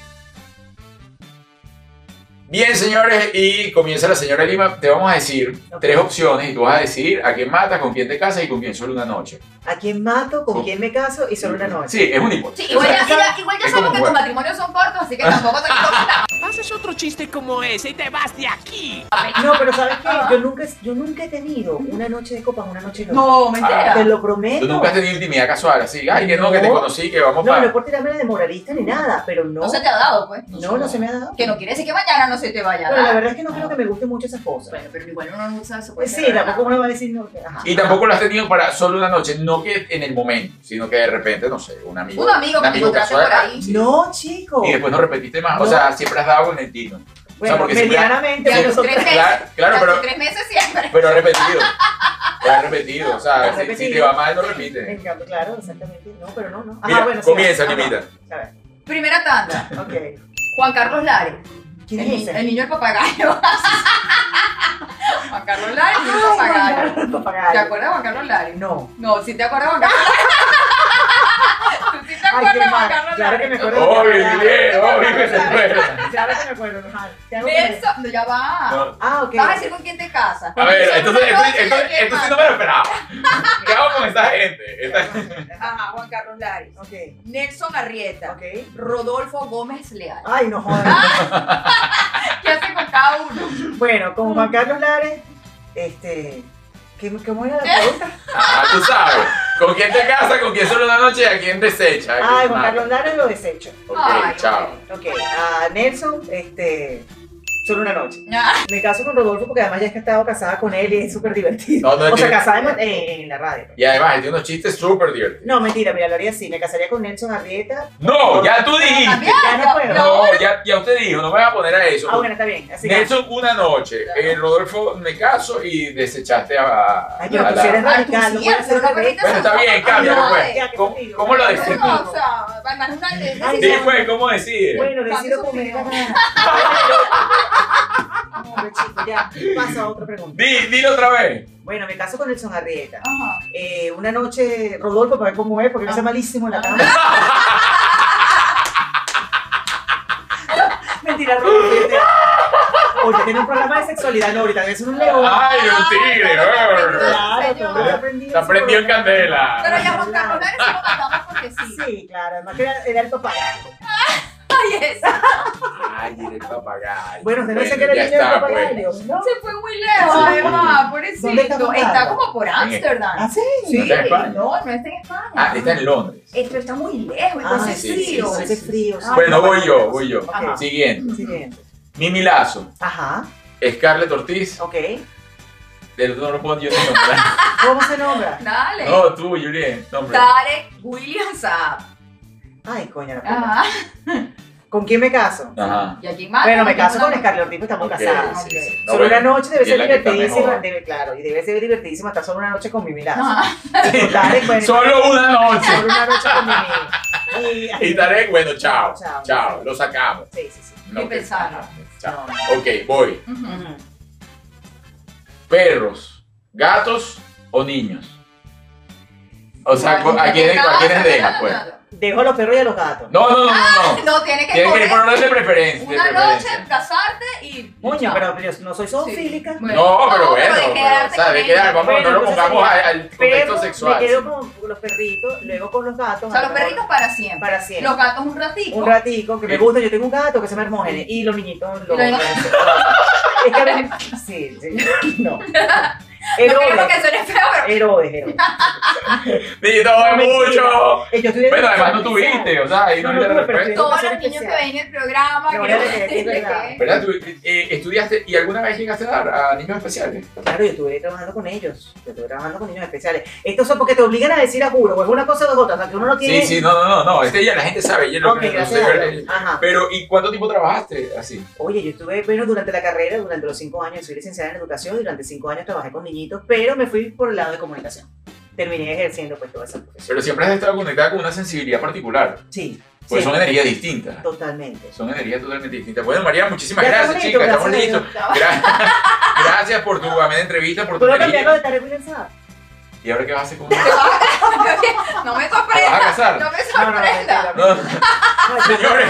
Bien, señores, y comienza la señora Lima. Te vamos a decir tres opciones y tú vas a decidir a quién matas, con quién te casas y con quién solo una noche. ¿A quién mato? ¿Con Con- quién me caso? Y solo una noche. Oh. Sí, es un hipótesis. Sí, igual ya, O sea, igual- igual ya es sabemos como que jugar. tus matrimonios son cortos, así que tampoco te importa. Haces otro chiste como ese y te vas de aquí. No, pero ¿sabes <laughs> qué? Yo nunca, yo nunca he tenido una noche de copas, una noche loca. No, mentira. Te lo Tú prometo. nunca has tenido intimidad casual, así, ay, que no, que te No. conocí, que vamos No, para... no por tirarme de moralista ni nada, pero no. no se te ha dado, pues. No, no se me ha dado. Que no quiere decir que mañana no se te vaya a Bueno, la dar. verdad es que no creo que me guste mucho esas cosas. Bueno, pero igual uno no usa eso. puede Pues ser, sí, ¿verdad? tampoco uno va a decir no. Ajá. Y tampoco lo has tenido para solo una noche, no que en el momento, sino que de repente, no sé, un amigo. Un amigo que te encontraste por ahí. ah, sí. No, chico. Y después no repetiste más. O No. sea, siempre has dado con el tino. Bueno, porque si medianamente. Ya Sí, pero los son- tres meses. Claro, claro, ya los pero, tres meses siempre. pero has repetido. Pero has repetido. O sea, Has si- si, te repetido. va mal, no Me repites. encanta, claro, exactamente. No, pero no, no. Ajá, Mira, bueno, sí, comienza, ajá. Limita. A ver, Primera tanda. ok. Juan Carlos Lares. ¿Quién El, es ni- ese? el niño del papagayo. <laughs> Juan Carlos Lares, el niño del papagayo. Ay, ¿Te papagayo. acuerdas de Juan Carlos Lares? No. No, si te acuerdas de Juan Carlos Lares. <laughs> ¿Tú sí te Ay, acuerdas qué de Juan mal. Carlos Claro que me Lares? acuerdo. Obvio, bien, obvio que se acuerda. Claro que me acuerdo. ajá. Te hago comer. Nelson, no, ya va. No. Ah, ok. Vas a decir con quién te casas. A ver, entonces, Solo una entonces, noche entonces, de entonces no me quema. lo esperaba. <laughs> ¿Qué hago con esta gente? Esta- Ajá, Juan Carlos Lares. Ok, Nelson Arrieta. ok. Rodolfo Gómez Leal. Ay, no jodas. ¿Qué hace con cada uno? Bueno, con Juan Carlos Lares, este. ¿qué, <laughs> ¿Cómo era la pregunta? Ah, tú sabes. ¿Con quién te casas? ¿Con quién solo una noche? ¿A quién desecha? ¿A quién Ay, Ah, Juan mata? Carlos Lares lo desecho. Ok, Ay, chao. Ok, a Nelson, este. Solo una noche. Ah, Me caso con Rodolfo porque además ya es que he estado casada con él y es súper divertido. No, no, es o sea, que- casada en, en- en la radio. Y además, él tiene unos chistes súper divertidos. No, mentira, mira, lo haría así. Me casaría con Nelson Arrieta. No, ya tú dijiste. también. Ya no puedo. No, ya, ya usted dijo, no me vas a poner a eso. Ah, bueno, está bien. Así que. Nelson, una noche. Claro. eh, Rodolfo, me caso y desechaste a. a- Ay, pero a tú sí eres tú radical. No sí, puedes hacer pero no al revés. permites- Bueno, está bien, cambia Ay, pues. ya, qué ¿Cómo, fastidio. cómo lo Ay, decides? No, o sea, además una Ay, decisión. Después, pues, ¿cómo decides? Bueno, decido Cambio como me <laughs> dé la su gana. <laughs> No, hombre, chico, ya. Paso a otra pregunta. Di- dilo otra vez. Bueno, me caso con Nelson Arrieta. Ajá. Eh, una noche, Rodolfo, para ver cómo es, porque Ah. me hace malísimo en la cama. <laughs> Mentira, Rodolfo. mentira. Oye, tiene un programa de sexualidad, no, ahorita Ah, es un león. Ay, un tigre. brr. Claro, señor. todo está prendido. Está prendido en candela. Pero ya Juan Carlos Lares se lo matamos porque sí. Sí, claro, además que era, era el papá. Ay, eso. Ay, era el papagayo. Bueno, usted no sé qué ya era el niño del está, pues. papagayo, ¿no? Se fue muy lejos, Sí. además, ¿Dónde está pobrecito. Juan Está Carlos? como por ¿Ah, Ámsterdam. sí? ¿No está en España? No, no está en España. Ah, está en Londres. Eh, Esto está muy lejos, Ah, entonces sí, sí, frío. sí, Hace frío. sí. Bueno, voy yo, voy yo. Ok. Siguiente. Siguiente. Mimi Lazo, Ajá, Scarlett Ortiz. ok. Del no lo puedo yo ni nombrar. ¿Cómo se nombra? Dale. No, tú, Julien. Nombre. Tarek William Saab. Ay, coña, la puta. Ajá. ¿Con quién me caso? Ajá. ¿Y a Ah, quién más? Bueno, me caso con Una- Scarlett Ortiz, pues estamos Ok, casados. sí, sí. No, Solo bueno, una noche debe y es ser la que está divertidísima, mejor. Ah. debe- claro, y debe ser divertidísima estar solo una noche con mi mirada. <laughs> Ajá. Tarek, bueno, Solo una <laughs> noche. Solo pues, una noche con mi mirada. Y Tarek, bueno, chao. Chao. Chao, lo sacamos. Sí, sí, sí. No, Ni que- pensarlo. ajá, Chao. No. Ok, voy. Ujú. Ujú. Perros, gatos o niños. O sea, cu- ¿a quiénes, a quiénes dejas, pues? Dejo a los perros y a los gatos. No, no, no, no. no. No, tiene que Tienes que ir por correr un orden de preferencia. de una noche, preferencia. casarte y. Coño, chao. pero yo no soy Sí. zoofílica. Bueno. No, pero No, bueno, pero de pero, quedarte ¿sabes? con De quedar, ellos. vamos, Bueno, no lo entonces pongamos sería al, al contexto Perros, sexual. Me quedo con los perritos, luego con los gatos. O sea, los a lo mejor perritos para siempre. Para siempre. Los gatos un ratito. Un ratico, que me Sí. gusta, yo tengo un gato que se llama Hermógenes. Y los niñitos los. Y <laughs> los- es que a mí- Sí, sí. No. no creo que Herodes. suene feo, pero. Herodes, Herodes. Dito, No, es mentira. mucho. Eh, Yo estoy Bueno, además no tuviste, o sea, ahí no No, no le tuve, pero respeto. Todos los Especial. eh. niños que ven el programa. No, que ya no- sé, es verdad. ¿Qué? ¿Verdad? ¿Tú eh, estudiaste y alguna vez llegaste a dar a niños especiales? Claro, yo estuve trabajando con ellos. Yo estuve trabajando con niños especiales. Estos son porque te obligan a decir a juro, o es una cosa o es otra. O sea, que uno no tiene. Sí, sí, no, no, no, no. Este ya la gente sabe. Ya lo Ok, que no gracias. sé, a ¿verdad? Dios. Ajá. Pero, ¿y cuánto tiempo trabajaste así? Oye, yo estuve, bueno, durante la carrera, durante los cinco años, soy licenciada en educación, durante cinco años trabajé con niñitos, pero me fui por el lado de comunicación. Terminé ejerciendo pues toda esa profesión. Pero siempre has estado conectada con una sensibilidad particular. Sí, Porque sí, son energías distintas. totalmente. Son energías totalmente distintas. Bueno, María, muchísimas Ya gracias, estamos listos, chicas. Estamos gracias a listos. Gracias, <laughs> gracias por tu amena entrevista, por tu ¿Puedo cambiarlo energía. de tarea pensada? ¿Y ahora qué vas a hacer con <laughs> ella? <laughs> No me ¿Te vas a sorprenda. casar? No me No, no, no, sorprenda. No, señores.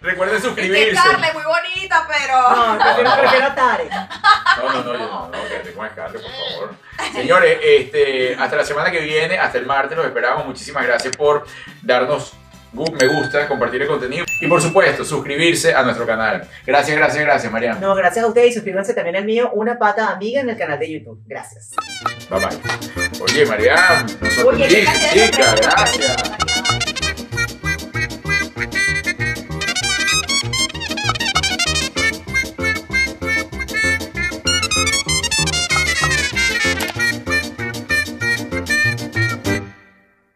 recuerden Y que suscribirse. Carla es muy bonita, <laughs> pero. No, prefiero, prefiero Tarek. No, no, no, yo no, no, quédate con Scarlett, por favor. Señores, este, hasta la semana que viene, hasta el martes, los esperamos. Muchísimas gracias por darnos gu- me gusta, compartir el contenido y por supuesto suscribirse a nuestro canal. Gracias, gracias, gracias, Mariana. No, gracias a ustedes y suscríbanse también al mío, Una Pata Amiga, en el canal de YouTube. Gracias. Bye bye. Oye, Mariana, nos Oye, sorprendiste, qué cantidad de chica, sorpresas. gracias.